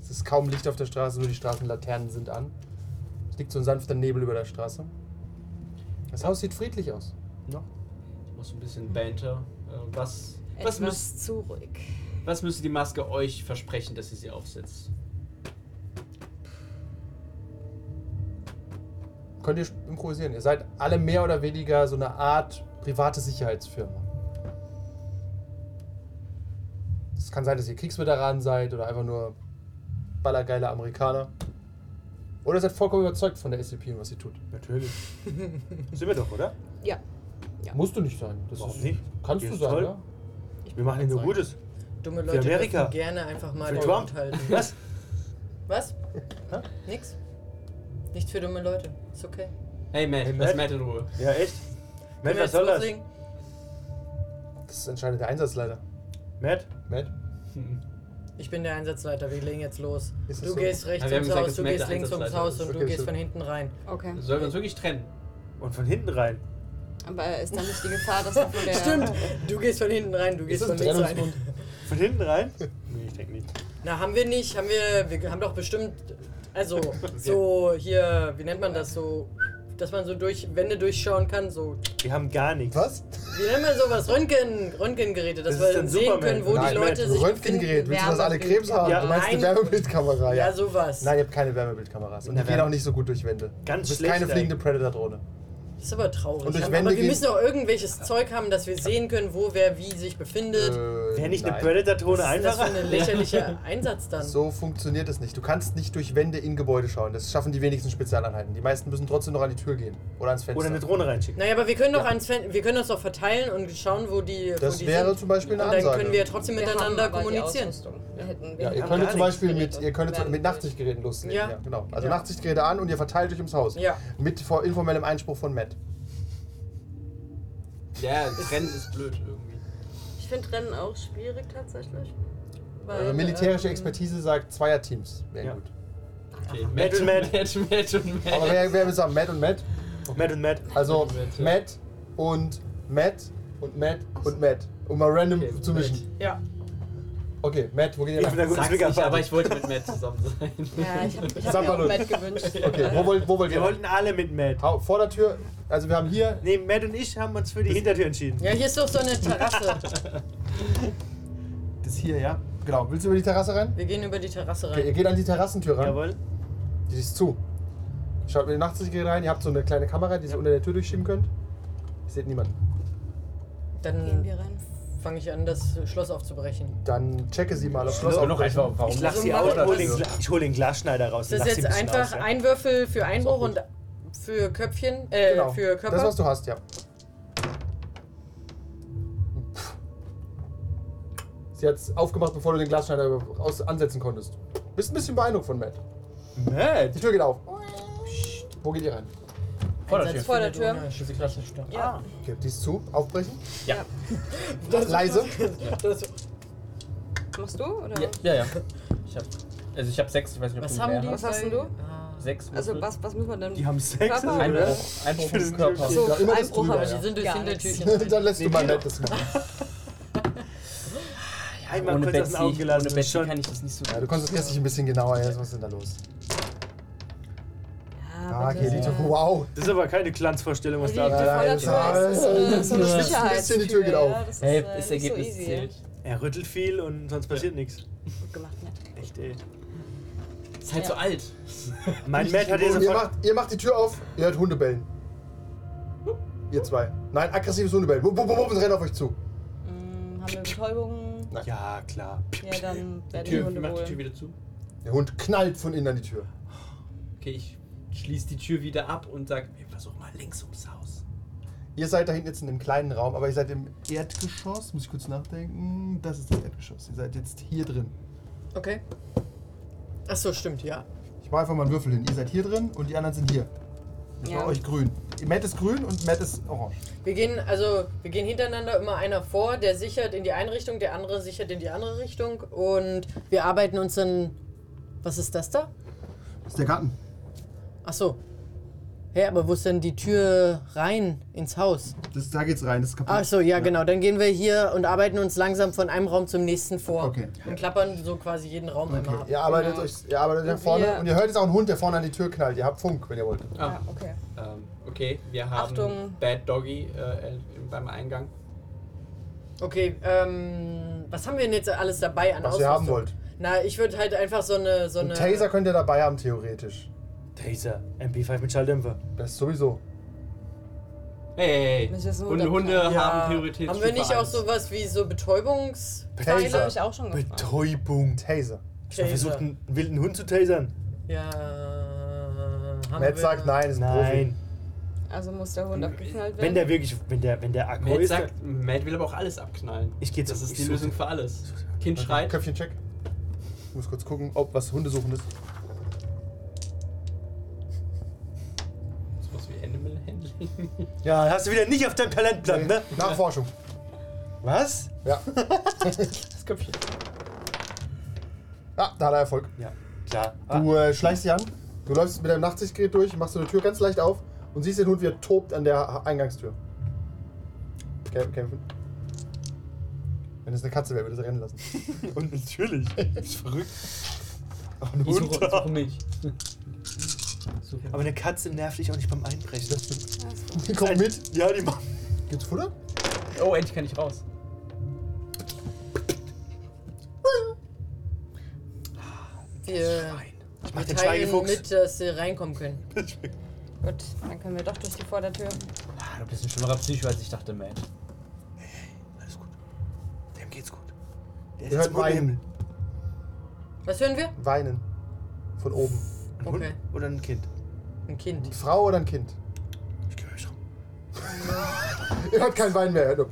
B: Es ist kaum Licht auf der Straße, nur die Straßenlaternen sind an. Es liegt so ein sanfter Nebel über der Straße. Das Haus sieht friedlich aus.
F: Ich muss ein bisschen Banter. Äh, Was, was,
C: Etwas
F: müsst,
C: zu ruhig.
F: was müsste die Maske euch versprechen, dass ihr sie aufsetzt?
B: Könnt ihr improvisieren. Ihr seid alle mehr oder weniger so eine Art private Sicherheitsfirma. Es kann sein, dass ihr Kriegsveteranen seid oder einfach nur ballergeile Amerikaner. Oder ihr seid vollkommen überzeugt von der SCP und was sie tut.
D: Natürlich. Sind wir doch, oder?
C: Ja. Ja.
B: Musst du nicht sein. Das
D: Warum
B: ist,
D: nicht?
B: Kannst
D: Die
B: du
D: ist
B: sein,
D: toll.
B: ja?
D: Wir machen hier nur Gutes.
E: Dumme Leute
D: Amerika.
E: dürfen gerne einfach mal
D: Für
E: den
D: Trump.
E: Mund halten.
D: Was?
E: Was?
B: Hä?
E: Nix? Nicht für dumme Leute. Ist okay.
F: Hey Matt,
D: Hey,
F: lass
D: Matt.
F: Matt in Ruhe.
D: Ja, echt? Matt,
E: Können wir
D: was
E: jetzt
D: soll das?
E: loslegen?
B: Das entscheidet der Einsatzleiter.
D: Matt?
B: Matt?
F: Hm.
E: Ich bin der Einsatzleiter, wir legen jetzt los.
B: Ist es
E: Du
B: so?
E: gehst rechts
F: Ja, wir
E: ums
F: haben gesagt,
E: Haus,
F: dass
E: du
F: Matt
E: gehst
F: der
E: links ums
F: Einsatzleiter
E: Haus
F: ist.
E: und du
B: Okay,
E: gehst
B: so.
E: von hinten rein.
C: Okay.
F: Sollen wir uns wirklich trennen?
D: Und von hinten rein.
C: Aber ist dann nicht die Gefahr, dass wir von der.
E: Stimmt, du gehst von hinten rein, du
B: Ist
E: gehst
B: das
E: von
B: ein
E: links rein.
B: Trennungsgrund?
D: Von hinten rein? nee, ich denke nicht.
E: Na, haben wir nicht, haben wir, wir haben doch bestimmt, also so hier, wie nennt man das so, dass man so durch Wände durchschauen kann, so,
D: Wir haben gar nichts.
B: Was?
E: wie nennt man sowas, Röntgen, Röntgengeräte, dass
D: Das
E: wir
D: ist ein
E: sehen
D: Superman.
E: können, wo
D: Nein,
E: die Leute sich
B: Röntgengerät.
E: befinden.
B: Willst du, dass alle Krebs haben?
D: Ja,
B: du meinst eine
E: nein.
B: Wärmebildkamera, ja.
E: Ja, sowas.
B: Nein, ihr habt keine Wärmebildkameras. Und
D: Na,
B: die gehen
D: Wärme-
B: auch nicht so gut durch Wände.
D: Ganz
B: du bist
D: schlecht
B: keine fliegende
D: eigentlich.
B: Predator-Drohne.
E: Das ist aber traurig.
B: Und durch
E: aber
B: Wände
E: wir
B: gehen-
E: müssen auch irgendwelches Zeug haben, dass wir sehen können, wo wer wie sich befindet.
B: Äh.
D: Wäre nicht eine
B: nein.
D: Predator-Drohne
E: Was ist denn das für
D: einfacher?
E: eine lächerliche Einsatz dann?
B: So funktioniert es nicht. Du kannst nicht durch Wände in Gebäude schauen. Das schaffen die wenigsten Spezialeinheiten. Die meisten müssen trotzdem noch an die Tür gehen. Oder ans Fenster.
D: Oder eine Drohne reinschicken.
E: Naja, aber wir können doch ans Fen wir können uns doch verteilen und schauen, wo die. wo
B: das
E: die
B: wäre
E: sind.
B: zum Beispiel eine
E: Und dann
B: Ansage.
E: können wir trotzdem miteinander kommunizieren.
C: Wir hätten, wir
B: ja, ihr
C: hätten
B: könntet
D: gar
B: zum Beispiel
C: nichts.
B: mit, ihr könntet
C: Werden
B: mit
C: durch.
B: Nachtsichtgeräten loslegen.
E: Ja.
B: Ja. genau. Also
E: Ja.
B: Nachtsichtgeräte an und ihr verteilt euch ums Haus.
E: Ja.
B: Mit vor informellem Einspruch von Matt.
F: Ja, trennen ist blöd irgendwie.
C: Ich finde Rennen auch schwierig tatsächlich.
B: Eure
C: Weil,
B: Äh, militärische
C: ähm,
B: Expertise sagt Zweierteams. Wäre
D: Ja.
B: gut.
F: Okay,
D: Matt und Matt.
F: Matt, Matt und Matt.
B: Aber wer, wer will sagen? Matt und Matt?
D: Matt und Matt.
B: Also
F: Matt, ja.
B: Matt und Matt und Matt und Matt. Um mal random
F: Okay,
B: zu mischen.
E: Ja.
B: Okay, Matt, wo geht ihr
D: Ich bin der
B: lang?
D: gute
F: Sag's nicht, aber ich
D: Swingerparty.
F: wollte mit Matt zusammen sein.
C: Ja, ich habe ich hab mir
B: Sag mal
C: auch
B: los.
C: Matt gewünscht.
B: Okay, wo wollt, wo wollt ihr
D: Wir
B: lang?
D: wollten alle mit Matt.
B: Hau- Vordertür, also wir haben hier.
D: Nee, Matt und ich haben uns für die Hintertür entschieden.
E: Ja, hier ist doch so eine Terrasse.
B: Das hier, ja? Genau. Willst du über die Terrasse rein?
E: Wir gehen über die Terrasse
B: Okay, ihr
E: rein.
B: geht an die Terrassentür ran.
D: Jawohl.
B: Die ist zu. Schaut mit der Nachtsicht rein. Ihr habt so eine kleine Kamera, die ihr unter der Tür durchschieben könnt. Ihr seht niemanden.
C: Gehen wir
E: Dann
C: rein.
E: fange ich an, das Schloss aufzubrechen.
B: Dann checke sie mal, ob Schloss
F: Schluss auch noch
B: aufbrechen.
F: einfach, warum
D: Ich lach
E: So
D: sie
E: machen
D: aus,
E: wir
D: hol den,
E: das.
D: Gla- ich hol den Glasschneider raus.
E: Ist das
D: lach sie
E: jetzt
D: ein bisschen
E: einfach
D: aus, ja?
E: ein Würfel für Einbruch
B: gut.
E: und für Köpfchen, äh,
B: Genau.
E: für Körper?
B: Das, was du hast, ja. Sie hat es aufgemacht, bevor du den Glasschneider aus ansetzen konntest. Bist ein bisschen beeindruckt von Matt. Die
D: Matt!
B: Tür geht auf. Wo geht ihr rein?
F: Vordertür.
E: Vor der Tür.
F: Vordertür.
C: Ja.
B: Okay, die ist zu. Aufbrechen.
F: Ja.
B: Leise.
E: Das,
C: Machst du? Oder?
F: Ja, ja. ja. Ich hab, also ich hab sechs, ich weiß nicht, ob
E: was
F: du
E: haben
F: mehr
E: die?
C: Was hast denn
E: bei-
C: du?
E: Ah.
F: Sechs
C: Also,
F: Würfel.
C: was, was müssen wir denn?
D: Die haben Sex.
C: Körper,
D: oder?
C: oder?
F: Einbruch, Einbruch
D: für
F: im
D: diesen
F: Körper.
C: So,
B: Ja, immer das
C: Einbruch,
B: drüber,
C: aber
B: ja.
E: Die Oh, sind durchs
C: Gar
E: Hintertürchen.
B: Dann lässt du mal
D: Nee,
B: Matt das machen.
D: Einmal
F: Ohne
D: kurz aus den
F: Betsy,
D: Augen gelassen.
F: ohne
D: ist
F: Betsy
D: schon-
F: kann ich das nicht so
B: Ja,
F: gut.
B: du konzentrierst dich ein bisschen genauer. Jetzt, was ist denn da los? Ah, okay, die Tür. Wow.
D: Das ist aber keine Glanzvorstellung, was
C: Die
D: da
B: Ja,
D: abgeht.
B: ja,
C: Tür
B: ja,
C: voller Tür ist so eine, so eine
B: ja.
C: Sicherheitstür.
B: Die Tür geht auf.
C: ja, das ist,
F: Hey,
C: äh,
F: das
C: nicht so
F: Ergebnis
C: easy.
F: zählt.
D: Er rüttelt viel und sonst passiert nichts.
C: Gut gemacht, Matt.
D: Echt, ey.
F: Ist halt
E: Ja.
F: so alt.
D: Mein Matt hat hier
B: Und ihr,
D: sofort.
B: macht, ihr macht die Tür auf, ihr hört Hunde bellen. Ihr zwei. Nein, aggressives Hundebellen. Wupp, wupp, wupp, und rennt auf euch zu.
C: Mm, haben wir Betäubung?
D: Ja, klar.
C: Ja, dann werden die
F: Tür, ich
C: Hunde
F: mach die Tür
C: wohl.
F: wieder zu.
B: Der Hund knallt von innen an die Tür.
F: Okay, ich schließe die Tür wieder ab und sag, ey, versuch mal links ums Haus.
B: Ihr seid da hinten jetzt in einem kleinen Raum, aber ihr seid im Erdgeschoss. Muss ich kurz nachdenken. Das ist das Erdgeschoss. Ihr seid jetzt hier drin.
E: Okay. Ach so, stimmt, ja.
B: Ich mache einfach mal einen Würfel hin. Ihr seid hier drin und die anderen sind hier. Das
C: Ja.
B: war euch grün. Matt ist grün und Matt ist orange.
E: Wir gehen, also, wir gehen hintereinander immer einer vor, der sichert in die eine Richtung, der andere sichert in die andere Richtung und wir arbeiten uns dann. Was ist das da?
B: Das ist der Garten.
E: Ach so. Hä, aber wo ist denn die Tür rein ins Haus?
B: Das, da geht's rein. Das ist kaputt.
E: Ach so, ja, genau. Dann gehen wir hier und arbeiten uns langsam von einem Raum zum nächsten vor.
B: Okay.
E: Und klappern so quasi jeden Raum einmal ab.
B: Ihr arbeitet
C: Genau.
B: euch, ihr arbeitet nach
C: Und
B: vorne
C: wir-
B: und ihr hört jetzt auch einen Hund, der vorne an die Tür knallt. Ihr habt Funk, wenn ihr wollt.
C: Ja, Ah, okay.
F: Ähm, okay, wir haben
C: Achtung.
F: Bad Doggy äh, äh, beim Eingang.
E: Okay, ähm, was haben wir denn jetzt alles dabei an
B: Was ihr haben
E: Ausrüstung?
B: wollt.
E: Na, ich würde halt einfach so eine. So
B: Einen
E: eine
B: Taser könnt ihr dabei haben, theoretisch.
D: Taser. MP5 mit Schalldämpfer.
B: Das sowieso.
F: Hey, hey,
C: Müssen wir
F: hey.
C: jetzt nur
F: Hunde,
C: runterknallen.
F: Hunde
E: Ja.
F: haben Priorität.
E: Ah, Haben wir nicht
F: Stufe
E: auch sowas wie so Betäubungs.
C: Das
B: Taser.
C: habe ich auch schon gefragt.
D: Betäubung.
B: Taser.
D: Ich hab versucht, einen wilden Hund zu tasern.
E: Ja. Haben
B: Matt sagt nein, ist ein
D: Nein.
C: Also muss der Hund abgeknallt werden.
D: Wenn der wirklich, wenn der, wenn der Akku
F: Matt
D: ist, dann-
F: sagt, Matt will aber auch alles abknallen.
D: Ich geh
F: Das
D: zum-
F: ist
D: ich
F: die
D: suche-
F: Lösung für alles. Kind
B: Profi.
F: schreit.
B: Köpfchen check. Ich muss kurz gucken, ob was Hundesuchend ist.
F: Sowas wie Animal Handling.
D: ja, hast du wieder nicht auf deinem Talentplan, ne?
B: Nachforschung.
D: Was?
B: Ja.
F: Das Köpfchen.
B: Ah, da hat er Erfolg.
D: Ja, klar. Ah,
B: Du äh, schleichst sie an, du läufst mit deinem Nachtsichtgerät durch, machst so eine Tür ganz leicht auf und siehst den Hund, wie er tobt an der Ha- Eingangstür. Kämpfen. kämpfen. Wenn es eine Katze wäre, würde sie rennen lassen.
D: und natürlich. ist verrückt. Auch ein
F: Ich suche,
D: Hund.
F: ich suche mich.
D: Aber eine Katze nervt dich auch nicht beim Einbrechen.
B: Die kommen mit.
D: Ja, die machen.
B: Gibt's Futter?
F: Oh, endlich kann ich raus.
E: Wir,
D: Ich mach
E: wir
D: den
E: teilen
D: Schweigefuchs.
E: mit, dass sie reinkommen können.
C: Gut, dann können wir doch durch die Vordertür.
F: Ah, du bist ein schlimmerer Psycho, als ich dachte, Matt.
D: Alles gut. Dem geht's gut.
B: Ihr
D: Der ist
B: hört
D: im Himmel.
B: weinen.
E: Was hören wir?
B: Weinen. Von oben.
D: Ein
E: Okay.
D: Hund oder ein Kind?
E: Ein Kind.
B: Eine Frau oder ein Kind?
D: Ich geh euch rum.
B: Ihr hört kein Weinen mehr. ihr hört nur-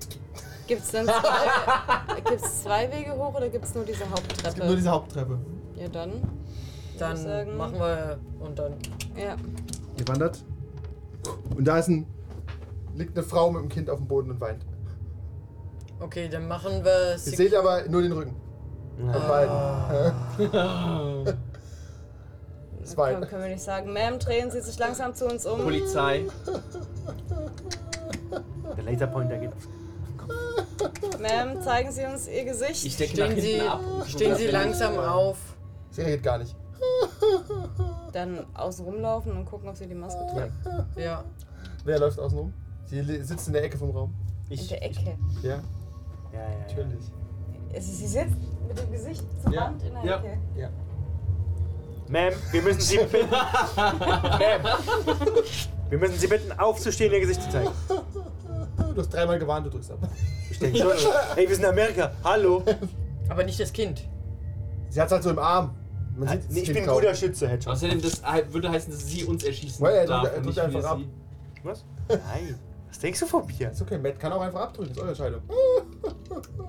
C: Gibt es denn zwei, gibt's zwei Wege hoch oder gibt es nur diese Haupttreppe?
B: Es gibt nur diese Haupttreppe.
C: ja, dann. Würde ich
E: Dann
C: sagen.
E: machen wir und dann.
C: Ja.
B: Ihr wandert. Und da ist ein. liegt eine Frau mit einem Kind auf dem Boden und weint.
E: Okay, dann machen wir.
B: Ihr
E: Sec-
B: seht aber nur den Rücken.
D: Ah.
B: Von beiden.
E: Ah.
B: Es weint.
C: Können, können wir nicht sagen. Ma'am, drehen Sie sich langsam zu uns um.
F: Polizei.
D: Der Laserpointer geht auf.
C: Ma'am, zeigen Sie uns Ihr Gesicht.
F: Ich decke nach
E: Stehen
F: hinten
E: Sie,
F: ab. und guck
E: stehen
F: nach
E: Sie
F: hinten.
E: langsam auf.
B: Sie redet gar nicht.
C: Dann außen rumlaufen und gucken, ob sie die Maske trägt.
E: Ja.
B: Wer läuft außen rum? Sie li- sitzt in der Ecke vom Raum.
C: In
D: Ich,
C: der Ecke.
B: Ja,
D: ja, ja, ja.
B: natürlich.
C: Also sie sitzt mit dem Gesicht zur
B: Ja.
C: Wand in der
F: Ja.
C: Ecke.
B: Ja.
D: Ma'am, wir müssen Sie bitten. Ma'am, wir müssen Sie bitten, aufzustehen, Ihr Gesicht zu zeigen.
B: Du hast dreimal gewarnt, du drückst ab.
D: Ich denke schon. Ey, wir sind in Amerika. Hallo.
E: Aber nicht das Kind.
B: Sie hat's halt so im Arm. Man
D: Nee,
B: sieht, es
D: ich
B: steht
D: bin ein
B: kaum.
D: guter Schütze, Hedgehog.
F: Außerdem, das he- würde heißen, dass sie uns erschießen
B: Well, er
F: darf
B: drückt- er
F: und nicht
B: drückt einfach
F: wir
B: ab.
F: sie.
D: Was? Nein. Was denkst du von mir?
B: Ist okay, Matt kann auch einfach abdrücken, ist eure Entscheidung.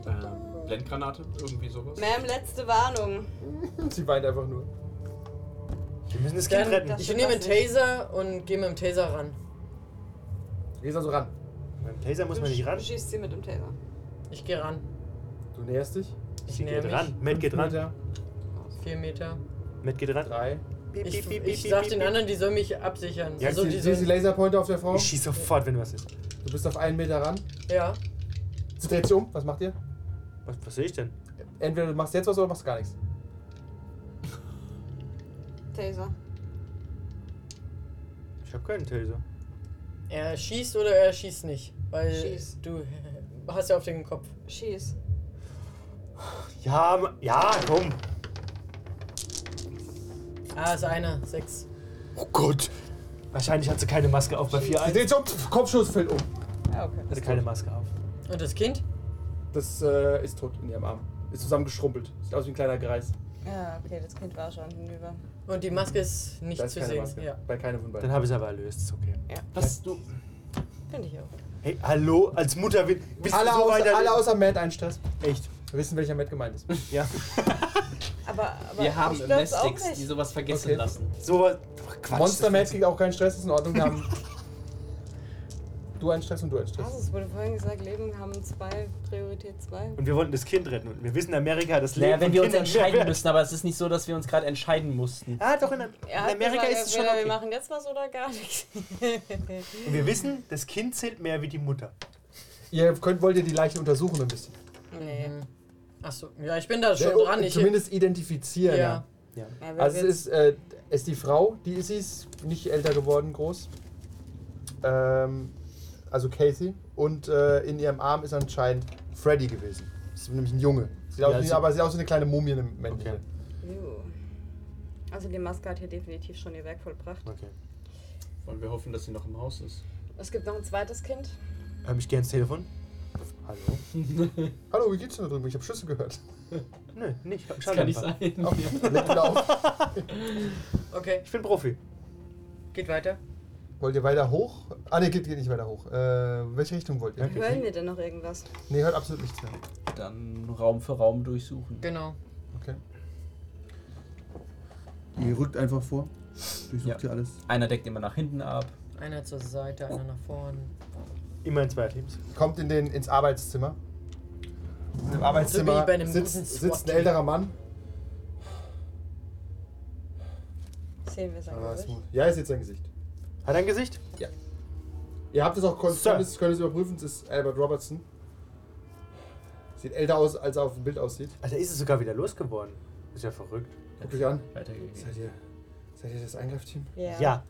F: Ähm, Blendgranate, irgendwie sowas.
C: Ma'am, letzte Warnung.
D: Hm.
B: Sie weint einfach nur.
D: Wir müssen das Kind
E: Dann,
D: retten.
E: ich nehme einen
C: Das ist-
E: Taser und gehe mit dem Taser ran.
B: Geh also ran.
D: Beim Taser muss
C: Du
D: man nicht
C: sch-
D: ran.
C: schießt sie mit dem Taser.
E: Ich gehe ran.
B: Du näherst dich.
E: Ich
D: Sie
E: näher
D: geht
E: mich.
D: ran. Matt geht ran.
B: Meter,
E: Vier Meter.
D: Matt geht ran.
B: drei.
D: Piep,
E: Ich,
D: piep, piep,
E: ich
D: piep,
E: sag
D: piep,
E: den
D: piep.
E: anderen, die sollen mich absichern.
D: Ja,
E: also
B: Sie,
E: die
B: siehst die
E: sollen,
B: Laserpointer auf der Frau?
D: Ich schieß sofort, wenn was ist.
B: Du bist auf einen Meter ran.
E: ja.
B: Sie dreht sich um. Was macht ihr?
D: Was, was sehe ich denn?
B: Entweder du machst jetzt was oder machst gar nichts.
C: Taser.
D: Ich habe keinen Taser.
E: Er schießt oder er schießt nicht. Weil
C: Schieß.
E: du hast ja auf den Kopf.
C: Schieß.
D: Ja, ma- ja, komm.
E: Ah, ist einer. Sechs.
D: Oh Gott. Wahrscheinlich hat sie keine Maske auf bei 4
B: Sie
D: 1
B: dreht sich um. Pff, Kopfschuss fällt um.
C: Ja, okay.
D: hatte keine Maske auf.
E: Und das Kind?
B: Das äh, ist tot in ihrem Arm. Ist zusammengeschrumpelt. Sieht aus wie ein kleiner Greis.
C: Ja, okay, das Kind war schon hinüber.
E: Und die Maske ist nicht
B: Da ist
E: zu
B: keine
E: sehen.
B: Maske.
E: Ja.
B: Bei keine von
D: Dann
B: beiden.
D: habe ich es aber erlöst. Ist okay.
F: Was? Du,
E: Finde ich auch.
D: Hey, hallo, als Mutter will. willst du
B: Alle,
D: so
B: außer,
D: weiter-
B: alle außer Matt einen Stress.
D: Echt.
B: Wir wissen, welcher Matt gemeint ist.
D: Ja.
C: Aber, aber
F: wir haben
C: ich glaub's auch
F: Domestics, die
C: nicht.
F: sowas vergessen
B: Okay.
F: lassen.
D: So was. Ach, Quatsch.
B: Monster
D: das-
B: Matt kriegt auch keinen Stress, ist in Ordnung. Wir haben du einen Stress und du einen
C: Also,
B: Stress.
C: es wurde vorhin gesagt, Leben haben zwei, Priorität zwei.
D: Und wir wollten das Kind retten. Und wir wissen, in Amerika das Leben.
F: Naja, wenn
D: von
F: wir
D: Kindern
F: uns
D: mehr
F: entscheiden
D: wert.
F: müssen, aber es ist nicht so, dass wir uns gerade entscheiden mussten.
D: Ah, doch, in, in
C: Er hat
D: Amerika
C: gesagt,
D: ist es schon.
C: entweder
D: Okay.
C: Wir machen jetzt was oder gar nichts.
D: Und wir wissen, das Kind zählt mehr wie die Mutter.
B: Ihr könnt, wollt ihr die Leiche untersuchen ein bisschen.
C: Nee.
E: Achso, ja, ich bin da schon
B: Ja,
E: dran. Ich,
B: Mhm. Zumindest identifizieren.
E: ja.
D: Ja.
C: Ja, wer
B: Also es
C: wird's?
B: ist, äh, es ist die Frau, die ist sie, ist nicht älter geworden, groß. Ähm, also Casey. Und äh, in ihrem Arm ist anscheinend Freddy gewesen. Das ist nämlich ein Junge. Sieht aus
D: Ja,
B: wie,
D: sie-
B: aber sieht aus wie eine kleine Mumie, eine männliche.
D: Okay.
C: Juhu. Also die Maske hat hier definitiv schon ihr Werk vollbracht.
D: Okay.
F: Und wir hoffen, dass sie noch im Haus ist.
C: Es gibt noch ein zweites Kind.
D: Hör mich gern ins Telefon. Hallo?
B: Hallo, wie geht's denn da drüben? Ich habe Schüsse gehört.
D: Nö, nicht. Hab
F: Das kann nicht sein.
B: Oh, legt wieder auf.
E: Okay,
D: Ich bin Profi.
E: geht weiter.
B: Wollt ihr weiter hoch? Ah ne, geht, geht nicht weiter hoch. Äh, welche Richtung wollt ihr?
C: Hören wir denn noch irgendwas?
B: Ne, hört absolut nichts mehr.
F: Dann Raum für Raum durchsuchen.
E: Genau.
B: Okay.
A: Ihr rückt einfach vor. Durchsucht
F: Ja.
A: ihr alles.
F: Einer deckt immer nach hinten ab.
E: Einer zur Seite, einer nach vorne.
D: Immer in zwei Teams.
B: Kommt in den, ins Arbeitszimmer. Und Im
E: So
B: Arbeitszimmer
E: wie bei einem guten
B: sitzt, sitzt ein
E: SWAT-Team.
B: älterer Mann.
C: Sehen wir sein
B: Aber es
C: Gesicht?
B: mu- Ja, ist jetzt sein Gesicht.
D: Hat er ein Gesicht?
B: Ihr habt es auch kon-
D: Sir.
B: könnt es, könnt es überprüfen, es ist Albert Robertson. Sieht älter aus, als er auf dem Bild aussieht.
D: Alter, ist es sogar wieder losgeworden. Ist ja verrückt.
B: Guckt euch an.
F: Weiter geht's.
B: Seid ihr, seid ihr das Eingreifteam?
D: Ja.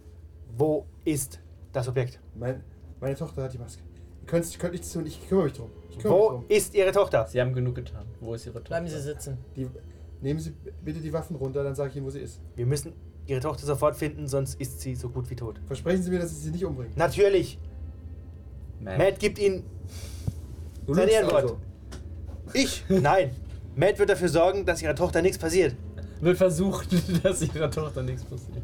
D: Wo ist das Objekt?
B: Mein, meine Tochter hat die Maske. Ihr könnt, ihr könnt nichts tun, ich kümmere mich drum. Ich kümmere
D: Wo
B: mich
D: ist ihre Tochter?
F: Sie haben genug getan. Wo ist Ihre Tochter?
E: Bleiben Sie sitzen.
B: drum. Die, nehmen Sie bitte die Waffen runter, dann sage ich Ihnen, wo sie ist.
D: Wir müssen ihre Tochter sofort finden, sonst ist sie so gut wie tot.
B: Versprechen Sie mir, dass Sie sie nicht umbringen.
D: Natürlich.
F: Ma'am.
D: Matt gibt ihnen
B: Du
D: Sein
B: lügst
D: Ehrenwort. Ich? Nein. Matt wird dafür sorgen, dass ihrer Tochter nichts passiert.
F: Wird versucht, dass Ihrer Tochter nichts passiert.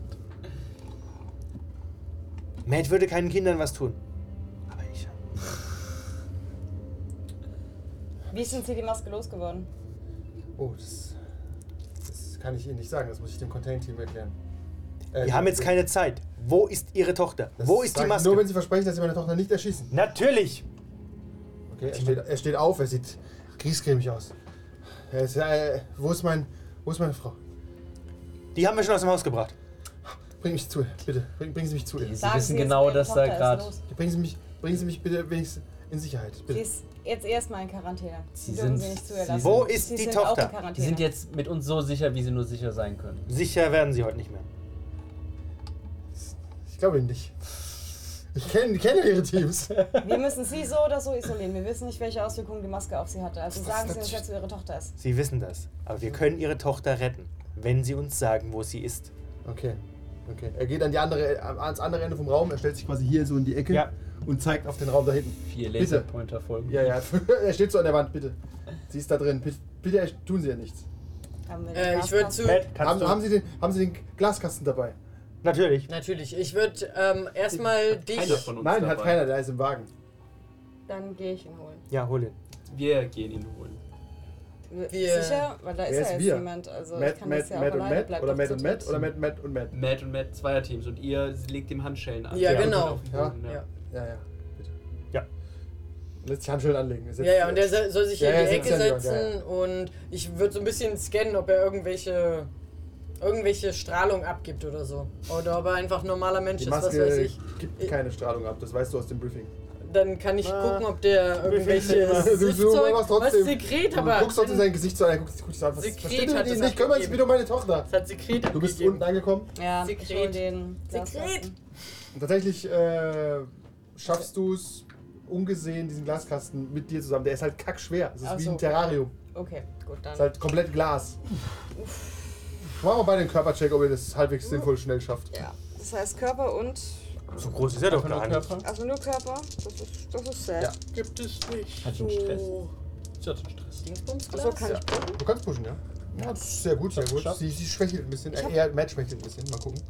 D: Matt würde keinen Kindern was tun. Aber ich.
C: Wie sind Sie die Maske losgeworden?
B: Oh, das, das kann ich Ihnen nicht sagen, das muss ich dem Contain-Team erklären. Äh,
D: Wir haben jetzt keine Zeit. Wo ist ihre Tochter?
B: das
D: Wo ist
B: sag
D: die
B: ich Nur wenn
D: Maske?
B: Sie versprechen, dass Sie meine Tochter nicht erschießen.
D: Natürlich.
B: Okay, er steht, er steht auf, er sieht griesgrämig aus. Er ist, äh, wo, ist mein, wo ist meine Frau?
D: Die haben wir schon aus dem Haus gebracht.
B: Bring mich zu ihr, bitte. Bring, bringen Sie mich zu ihr.
F: Sie wissen genau, dass da
C: ist
F: grad-
C: los.
B: Bringen Sie mich, bringen Sie mich bitte wenigstens. in Sicherheit.
C: Sie
B: Bitte.
C: ist jetzt erstmal in Quarantäne.
G: Sie
C: Sie dürfen
G: sind-
C: sie nicht zu
G: sie
C: ihr lassen.
G: sind- Wo
D: ist
C: sie
D: die
C: sind Auch
D: Tochter?
C: in Quarantäne.
G: Die sind jetzt mit uns so sicher, wie sie nur sicher sein können.
D: Sicher werden sie heute nicht mehr.
B: Ich glaube ihn nicht. Ich kenne kenne ihre Teams.
C: Wir müssen sie so oder so isolieren. Wir wissen nicht, welche Auswirkungen die Maske auf sie hatte. Also
B: Das
C: sagen
B: ist
C: Sie uns jetzt, wo ihre Tochter ist.
D: Sie wissen das. Aber wir können ihre Tochter retten, wenn sie uns sagen, wo sie ist.
B: Okay. Okay. Er geht an die andere, ans andere Ende vom Raum, er stellt sich quasi hier so in die Ecke
D: Ja.
B: und zeigt auf den Raum da hinten.
G: Vier
B: Bitte.
G: Laserpointer folgen.
B: Ja, ja. er steht so an der Wand, bitte. Sie ist da drin. Bitte, bitte tun Sie ja nichts.
C: Haben wir den
E: Äh, ich würde
C: Gaskasten?
E: zu.
D: Matt, kannst
B: Haben,
D: du?
B: haben, Sie den, haben Sie den Glaskasten dabei?
D: Natürlich.
E: Natürlich, ich würde ähm, erstmal
F: Keiner
E: dich.
F: von uns
B: Nein,
F: dabei.
B: hat keiner, der ist im Wagen.
C: Dann gehe ich ihn holen.
D: Ja, hol ihn.
F: Wir gehen ihn holen.
E: Wir-
C: Sicher? Weil da ist
B: Wer
C: ja
B: ist
C: jetzt
B: wir?
C: niemand. Also ich
B: Matt,
C: kann
B: Matt,
C: das ja
B: Matt
C: auch
B: und
C: alleine.
B: Matt
C: Bleibt
B: oder
C: doch
B: Matt
C: zu
B: und Matt
C: dritt.
B: oder Matt, Matt und Matt.
F: Matt und Matt, Zweierteams. Und ihr legt ihm Handschellen an.
E: Ja,
F: Und
E: genau.
F: auf den
B: Ja.
F: Boden, ja.
E: Ja.
B: Ja, ja, bitte.
D: Ja.
B: Lässt sich Handschellen anlegen. Er setzt-
E: Ja, ja, und der se- soll sich hier
B: Ja,
E: in die
B: ja,
E: Ecke
B: setzt er lieber,
E: setzen und ich würde so ein bisschen scannen, ob er irgendwelche, irgendwelche Strahlung abgibt oder so. Oder ob er einfach ein normaler Mensch
B: die
E: ist, was weiß
B: Maske
E: ich.
B: gibt keine Strahlung ab, das weißt du aus dem Briefing.
E: Dann kann ich
B: Ah.
E: gucken, ob der
B: Du- du-
E: irgendwelche
B: du-
E: Sichtzeug,
B: machst
E: was
B: trotzdem.
E: Sekret,
B: Du
E: aber
B: guckst auf
E: wenn-
B: sein Gesicht so an, er guckt sich kurz an. Was
E: Sekret
B: versteht
D: halt
B: ihr
E: hat es
B: denn nicht? Kümmert sich
E: abgegeben.
B: wieder um meine Tochter.
E: das hat Sekret
B: Du bist
E: abgegeben.
B: unten angekommen.
C: Ja, ich
E: Sekret.
C: hol den.
E: Sekret.
C: Glaskasten.
B: Und tatsächlich äh, schaffst du es ungesehen, diesen Glaskasten mit dir zusammen. Der ist halt kackschwer. Es ist
C: Ach
B: wie
C: so.
B: ein Terrarium.
C: Okay, gut,
B: Es
C: dann.
B: ist halt komplett Glas. Machen wir beide einen Körpercheck, ob ihr das halbwegs sinnvoll schnell schafft.
C: Ja. Das heißt Körper und.
D: So groß ist er doch
B: Einfach nur
D: gar nicht.
B: Körper.
C: Also nur Körper. Das ist, das ist sad.
B: Ja.
E: Gibt es nicht.
G: Hat schon Stress.
F: Sie hat einen Stress.
E: Dingsbumsglas?
C: So kann
B: Ja.
C: ich gucken.
B: Du kannst pushen, ja? Ja, das ist sehr gut, sehr gut.
G: geschafft.
B: Sie, sie schwächelt ein bisschen.
C: Ich hab-
B: Äh, eher Matt schwächelt ein bisschen. Mal gucken.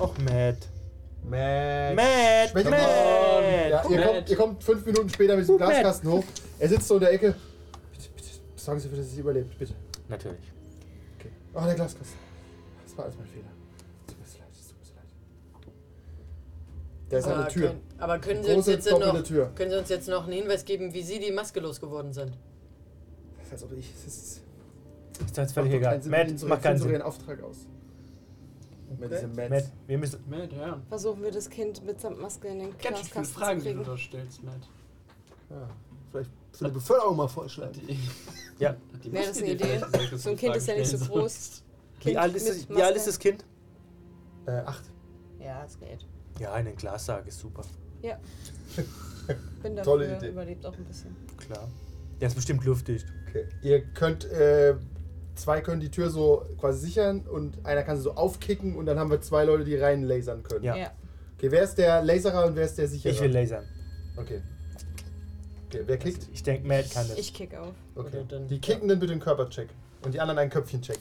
D: Och, Matt.
B: Matt.
D: Matt,
B: Schwächelt
D: Matt.
B: Ja, ihr,
F: Matt.
B: kommt, ihr kommt fünf Minuten später mit diesem
D: Guck, Matt.
B: Glaskasten hoch. Er sitzt so in der Ecke. Bitte, bitte, sagen Sie, dass sie überlebt, bitte.
D: Natürlich.
B: Okay. Oh, der Glaskasten. Das war alles mein Fehler. Tut mir so leid, es tut mir so leid. Da ist
E: Aber
B: eine Tür.
E: Ah, können- aber können
B: Eine
E: Sie, uns
B: große,
E: jetzt noch,
B: doppelte Tür.
E: können Sie uns jetzt noch einen Hinweis geben, wie Sie die Maske losgeworden sind?
B: Das ist, als ob ich. Es ist
D: Ist das
B: macht
D: völlig
B: doch
D: egal.
B: keinen Sinn,
D: Matt,
B: wenn
D: es
B: so-
D: macht keinen
B: wenn so
D: Sinn.
B: ihren Auftrag aus. Mit diesem Matt.
D: Matt, wir müssen.
F: Matt, ja.
C: Versuchen wir das Kind mitsamt Maske in den
F: Ganz schön viele
C: Glaskasten
F: Fragen,
C: zu
F: die du
C: kriegen.
F: da stellst, Matt.
B: Ja, vielleicht für die Bevölkerung mal vorschlagen.
F: Die,
D: Ja.
F: die
C: Wäre
F: Maske,
C: das eine
F: die
C: Idee?
F: vielleicht gesagt hast,
C: So ein
F: die
C: Kind
F: Fragen
C: ist ja nicht so
F: stellen
C: groß.
D: Wie
C: Kind
D: alt ist
C: mit
D: das, wie alt
C: Maske.
D: ist das Kind?
B: Äh, acht.
C: Ja, es geht.
D: Ja, in den Glassarg ist super.
C: Ja. Bin dafür,
B: Tolle Idee.
C: überlebt auch ein bisschen.
D: Klar. Der ist bestimmt luftdicht.
B: Okay. Ihr könnt, äh, zwei können die Tür so quasi sichern und einer kann sie so aufkicken und dann haben wir zwei Leute, die rein lasern können.
D: Ja.
C: Ja.
B: Okay, wer ist der Laserer und wer ist der Sicherer?
D: Ich will lasern.
B: Okay. Okay, wer kickt?
D: Ich denke, Matt kann das.
C: Ich kick auf.
B: Okay.
E: Oder dann-
B: Die kicken dann bitte einen Körpercheck und die anderen einen Köpfchencheck.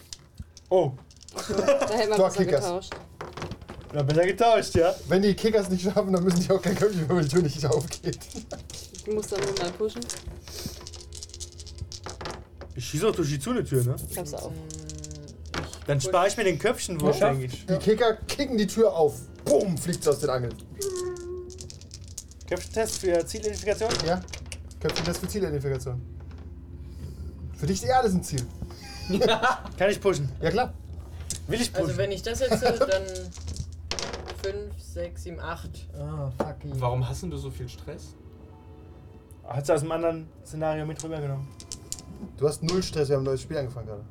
D: Oh,
C: Da hätten wir
B: So,
C: besser
B: Kickers.
C: getauscht.
D: wir haben besser getauscht, ja?
B: Wenn die Kickers nicht schaffen, dann müssen die auch kein Köpfchen, wenn die Tür nicht aufgeht.
C: Ich muss dann nur mal pushen.
D: Ich schieße auch durch die Zune-Tür, ne?
C: Ich hab's auf.
D: Dann spare ich mir den Köpfchenwurf,
B: Ja.
D: denke ich.
B: Die Kicker kicken die Tür auf. Bumm, fliegt sie aus den Angeln.
D: Köpfchentest für Zielidentifikation?
B: Ja? Köpfchen das für Zielidentifikation. Für dich ist eh alles ein Ziel.
D: Kann ich pushen?
B: Ja klar.
D: Will ich pushen?
E: Also wenn ich das jetzt höre, dann 5, 6, 7, 8.
B: Ah, fuck
F: willst. Warum hast denn du so viel Stress?
D: Hat sie aus dem anderen Szenario mit rübergenommen?
B: Du hast null Stress, wir haben ein neues Spiel angefangen gerade.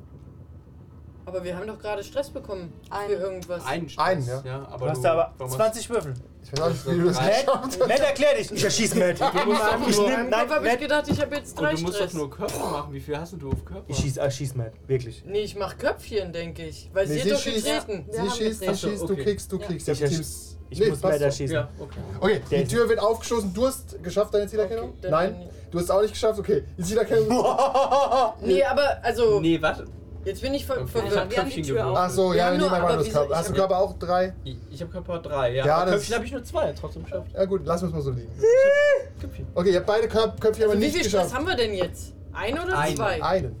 E: Aber wir haben doch gerade Stress bekommen
C: Ein-
E: für irgendwas.
F: Einen Stress.
B: Einen,
F: ja.
D: Du
F: aber
D: hast aber
F: warum hast-
D: 20 Würfel.
B: Ich weiß auch nicht, wie du das
F: Matt?
B: geschafft hast.
D: Matt, erklär dich! Ich erschieß Matt!
F: Du musst doch
D: Ich
F: nur-
D: nehm-
E: Im
D: nein,
E: Kopf habe ich
D: Matt.
E: gedacht, ich habe
B: Oh,
E: jetzt drei
F: Und du musst
E: Stress.
F: doch nur Körper machen. Wie viel hast denn du auf Körper?
D: Ich schieß, ich schieß Matt, wirklich.
E: nee, ich mach Köpfchen, denke ich. Weil
B: Nee,
E: sie hat doch getreten.
C: Wir
B: sie
C: haben
B: schießt, sie
C: getreten.
B: schießt,
F: Ach so,
B: du
F: okay.
B: kickst, du
C: Ja.
B: kriegst.
D: Ich,
B: Ja,
D: ersch- ich muss
B: passt
D: Matt
B: doch.
D: erschießen.
F: Ja, okay.
B: Okay,
D: Der-
B: die Tür wird aufgeschossen. Du hast geschafft deine Zielerkennung?
E: Okay, dann-
B: Nein. Du hast es auch nicht geschafft? Okay, die Zielerkennung.
E: Nee, aber also,
F: Nee, warte.
E: jetzt bin ich ver
F: Okay.
C: Wir haben
E: verwirrt.
C: die Tür
F: gewürfelt.
C: auf.
B: Ach so,
E: Wir
B: ja,
E: haben
B: nee,
E: nur-
B: mein Mann,
E: aber
B: du hast
E: wie-
B: Körper.
E: ich
B: Hast du
E: hab-
B: Körper auch drei?
F: Ich, ich habe Körper 3, ja.
B: Ja,
F: Aber
B: das-
F: Köpfchen habe ich nur 2, trotzdem geschafft.
B: Ja gut, lassen wir es mal so liegen.
F: Köpfchen.
B: Okay, ihr habt beide Köp Köpfchen aber
E: Also Wie
B: nicht
E: viel Stress
B: geschafft.
E: haben wir denn jetzt? Ein oder
F: Einen.
E: zwei?
B: Einen.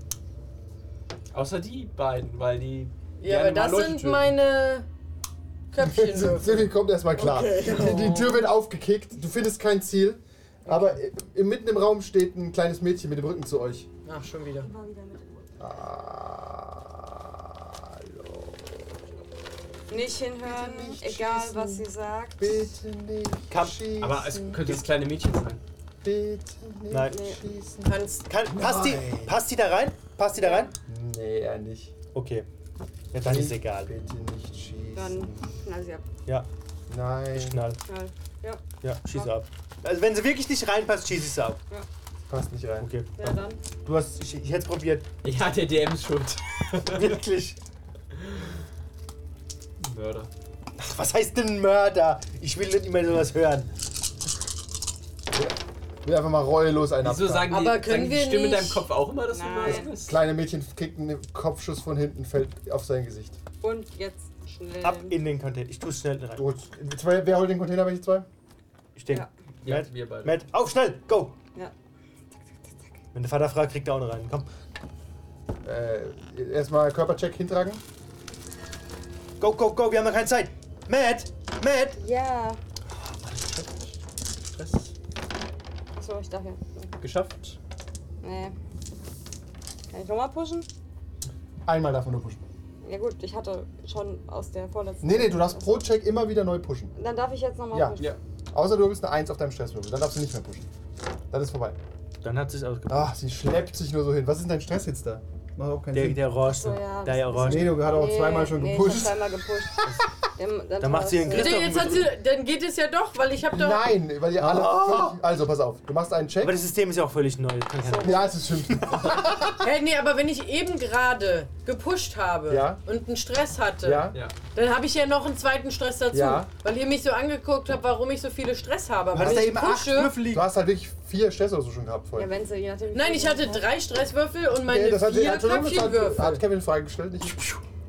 F: Außer die beiden, weil die.
E: Ja,
F: gerne
E: aber das
F: mal Leute
E: sind
F: töten.
E: meine Köpfchen.
B: Silvi kommt erstmal klar. Die, die Tür wird aufgekickt, du findest kein Ziel. Aber i- im- mitten im Raum steht ein kleines Mädchen mit dem Rücken zu euch.
E: Ach, schon wieder.
C: Mal wieder mit.
B: Hallo.
C: Nicht hinhören,
B: Bitte nicht
C: egal
B: schießen.
C: was sie sagt.
B: Bitte nicht.
F: Kam,
B: schießen.
F: aber es könnte das kleine Mädchen sein.
B: Bitte nicht
D: Nein.
B: schießen.
E: Kannst.
D: Kann, passt, die,
B: Nein.
D: passt die da rein? Passt die da rein?
B: Nee, er nicht.
D: Okay. Ja, dann ist egal.
B: Bitte nicht schießen.
C: Dann knall sie ab.
D: Ja, ich
B: Nein,
D: knall.
C: Knall. Ja,
D: Ja, schieß ab. Also wenn sie wirklich nicht reinpasst, schieß ich sie ab.
B: passt nicht rein.
D: Okay.
C: ja dann.
D: Du hast, ich, ich hätte probiert.
F: Ja, der DM ist schuld.
D: Wirklich.
F: Mörder.
D: Ach, was heißt denn Mörder? Ich will nicht mehr sowas hören.
B: Will einfach mal reuelos einen
F: Wieso
B: abfahren.
F: sagen die,
E: Aber können
F: sagen die
E: wir
F: Stimme in deinem
E: nicht-
F: Kopf auch immer, dass
C: Nein.
F: du Mörder bist?
B: Kleine Mädchen kriegt einen Kopfschuss von hinten, fällt auf sein Gesicht.
C: Und jetzt schnell.
D: Ab in den Container. Ich tu's schnell rein.
B: Du holst, zwei, wer holt den Container, welche zwei?
D: Ich denke.
C: Ja.
F: Ja,
D: Matt,
F: wir beide.
D: Matt, auf schnell, go!
C: Ja.
D: Wenn der Vater fragt, kriegt er auch noch rein. Komm,
B: Äh, erstmal Körpercheck hintragen.
D: go, go, go, wir haben noch keine Zeit. Matt, Matt!
C: Ja.
G: Stress.
C: Achso, ich dachte.
G: Geschafft.
C: Nee. Kann ich nochmal pushen?
B: Einmal davon nur pushen.
C: Ja gut, ich hatte schon aus der vorletzten.
B: Nee, nee, du darfst pro Check immer wieder neu pushen.
C: Dann darf ich jetzt nochmal
B: Ja.
C: pushen.
F: Ja.
B: Außer du bist eine 1 auf deinem Stresswürfel, dann darfst du nicht mehr pushen. Dann ist vorbei.
D: Dann hat sich's ausgebracht.
B: Ach, sie schleppt sich nur so hin. Was ist denn dein Stress jetzt da? Macht auch keinen
D: Der,
B: Sinn.
D: der Orange.
C: So, ja,
D: der
C: das
D: Orange.
B: nee, du hast auch zweimal schon
C: nee,
B: gepusht.
C: Ich hab zweimal gepusht. dann,
D: Dann macht sie den
E: Bitte,
D: Griff.
E: jetzt hat sie. Dann geht es ja doch, weil ich hab doch.
B: Nein, weil ihr alle. Völlig, also, pass auf. Du machst einen Check.
D: Aber das System ist ja auch völlig neu. Das kann ich ja-
B: Ja, es ist schimpfen.
E: Hey, nee, aber wenn ich eben gerade gepusht habe
B: Ja.
E: und einen Stress hatte,
B: ja?
F: Ja.
E: dann habe ich ja noch einen zweiten Stress dazu.
B: Ja.
E: Weil ihr mich so angeguckt habt, warum ich so viele Stress habe. Aber
D: Weil das
E: wenn
D: da
E: ich
D: eben acht Würfel
B: Du
D: liegen.
B: hast halt wirklich vier Stress oder so schon gehabt vorher.
C: Ja, wenn sie, je nachdem, wie
E: Nein,
C: viel
E: ich
C: sie
E: hatte
C: hat.
E: drei Stresswürfel und meine
B: Nee, das hat,
E: vier
B: hat, hat, hat
E: Köpfchenwürfel.
B: Kevin Frage gestellt. Nicht.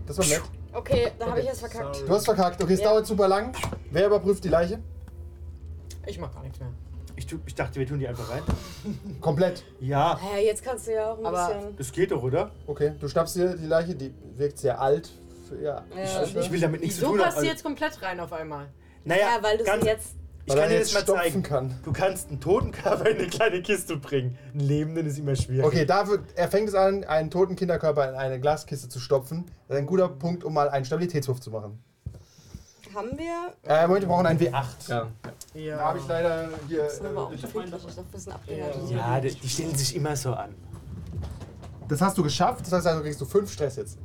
B: Das war nett.
C: Okay, da habe ich jetzt verkackt.
B: Du hast verkackt. Okay, es
C: Ja.
B: dauert super lang. Wer überprüft die Leiche?
E: Ich mach gar nichts mehr.
D: Ich, tu- ich dachte, wir tun die einfach rein.
B: Komplett.
D: Ja,
C: Naja, jetzt kannst du ja auch ein
E: Aber-
C: bisschen.
D: das geht doch, oder?
B: Okay, du schnappst dir die Leiche, die wirkt sehr alt. Für, ja.
C: Ja.
D: Ich, ich will damit nichts zu
E: Wieso
D: tun haben.
E: passt sie jetzt komplett rein auf einmal?
D: Naja,
C: Ja, weil du
D: ganz,
C: sie jetzt.
D: ich
B: Weil
D: kann
B: er
D: dir
B: jetzt
D: das mal
B: stopfen
D: zeigen.
B: kann.
D: Du kannst einen Totenkörper in eine kleine Kiste bringen. Einen Lebenden ist immer schwierig.
B: Okay, dafür, er fängt es an, einen toten Kinderkörper in eine Glaskiste zu stopfen. Das ist ein guter Punkt, um mal einen Stabilitätswurf zu machen.
C: Haben wir.
B: Äh, Moment, wir brauchen einen W8.
G: Ja.
B: Da habe ich leider hier.
C: Das ist aber auch
B: Äh,
C: empfindlich. Ich dachte, wir sind abgehärtet.
D: Ja, die, die stellen sich immer so an.
B: das hast du geschafft, das heißt, also kriegst du 5 Stress jetzt.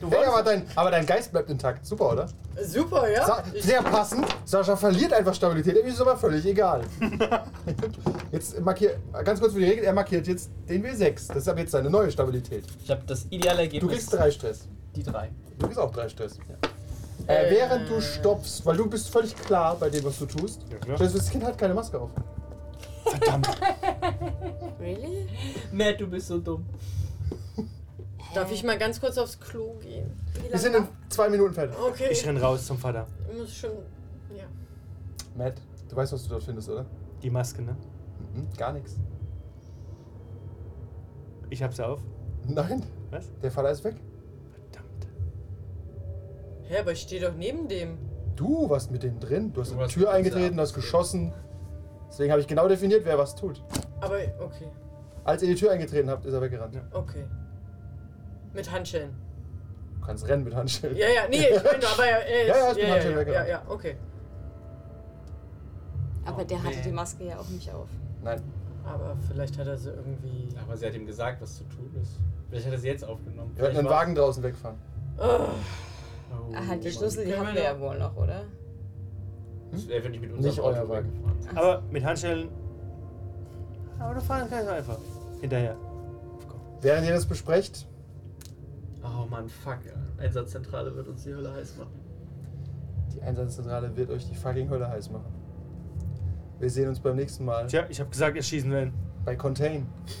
D: Du
B: Hey,
D: wolltest-
B: aber, dein, aber dein Geist bleibt intakt. Super, oder?
E: Super, ja?
B: Sa sehr passend. Sascha verliert einfach Stabilität. Ihm ist es aber völlig egal. jetzt markiert, ganz kurz für die Regel, er markiert jetzt den W6. Das ist aber jetzt seine neue Stabilität.
G: Ich habe das ideale
B: Du
G: Ergebnis.
B: kriegst 3 Stress.
G: die drei.
B: Du kriegst auch 3 Stress. Äh, während du stoppst, weil du bist völlig klar bei dem, was du tust. also
D: Ja, klar.
B: Das Kind hat keine Maske auf.
C: Really?
F: Matt, du bist so dumm.
E: Darf ich mal ganz kurz aufs Klo gehen?
C: Wie
B: Wir
C: lange
B: sind in zwei Minuten fertig.
E: Okay.
D: Ich
E: Ich
D: renn raus zum Vater.
E: muss schon. Ja.
B: Matt, du weißt, was du dort findest, oder?
D: Die Maske, ne?
B: Mhm, gar nichts.
D: Ich hab sie auf.
B: Nein,
D: Was?
B: der Vater ist weg.
D: Verdammt.
E: Hä, aber ich stehe doch neben dem.
B: Du warst mit dem drin. Du hast
F: Du
B: in die
F: warst
B: Tür
F: mit dieser
B: eingetreten, hast geschossen. Deswegen habe ich genau definiert, wer was tut.
E: Aber okay.
B: Als ihr die Tür eingetreten habt, ist er weggerannt.
D: Ja.
E: Okay. Mit Handschellen.
B: Du kannst rennen mit Handschellen.
E: Ja, ja, nee, ich meine, aber er ist.
B: Ja, ja, ist mit
E: ja,
B: Handschellen genau.
E: ja, ja,
B: weggerannt.
E: ja, okay.
C: Aber der hatte
F: Nee.
C: die Maske ja auch nicht auf.
B: Nein.
E: Aber vielleicht hat er sie irgendwie.
F: Aber sie hat ihm gesagt, was zu tun ist. Vielleicht hat er sie jetzt aufgenommen.
B: Wir hätten den
F: Vielleicht war-
B: Wagen draußen wegfahren.
E: Oh,
F: Oh,
C: Ah, die
F: Mann.
C: Schlüssel, die
E: Können
C: haben wir
E: wir
C: ja
E: noch-
C: wohl noch, oder?
F: Das wäre nicht mit unserem
B: Nicht
F: Auto
B: euer Wagen.
F: weggefahren.
D: Aber mit Handschellen. Aber du fahren kannst du einfach. Hinterher.
B: Während ihr das besprecht,
F: Oh Mann, fuck. Einsatzzentrale wird uns die Hölle heiß machen.
B: die Einsatzzentrale wird euch die fucking Hölle heiß machen. Wir sehen uns beim nächsten Mal
D: Tja, ich hab gesagt, erschießen werden.
B: bei Contain.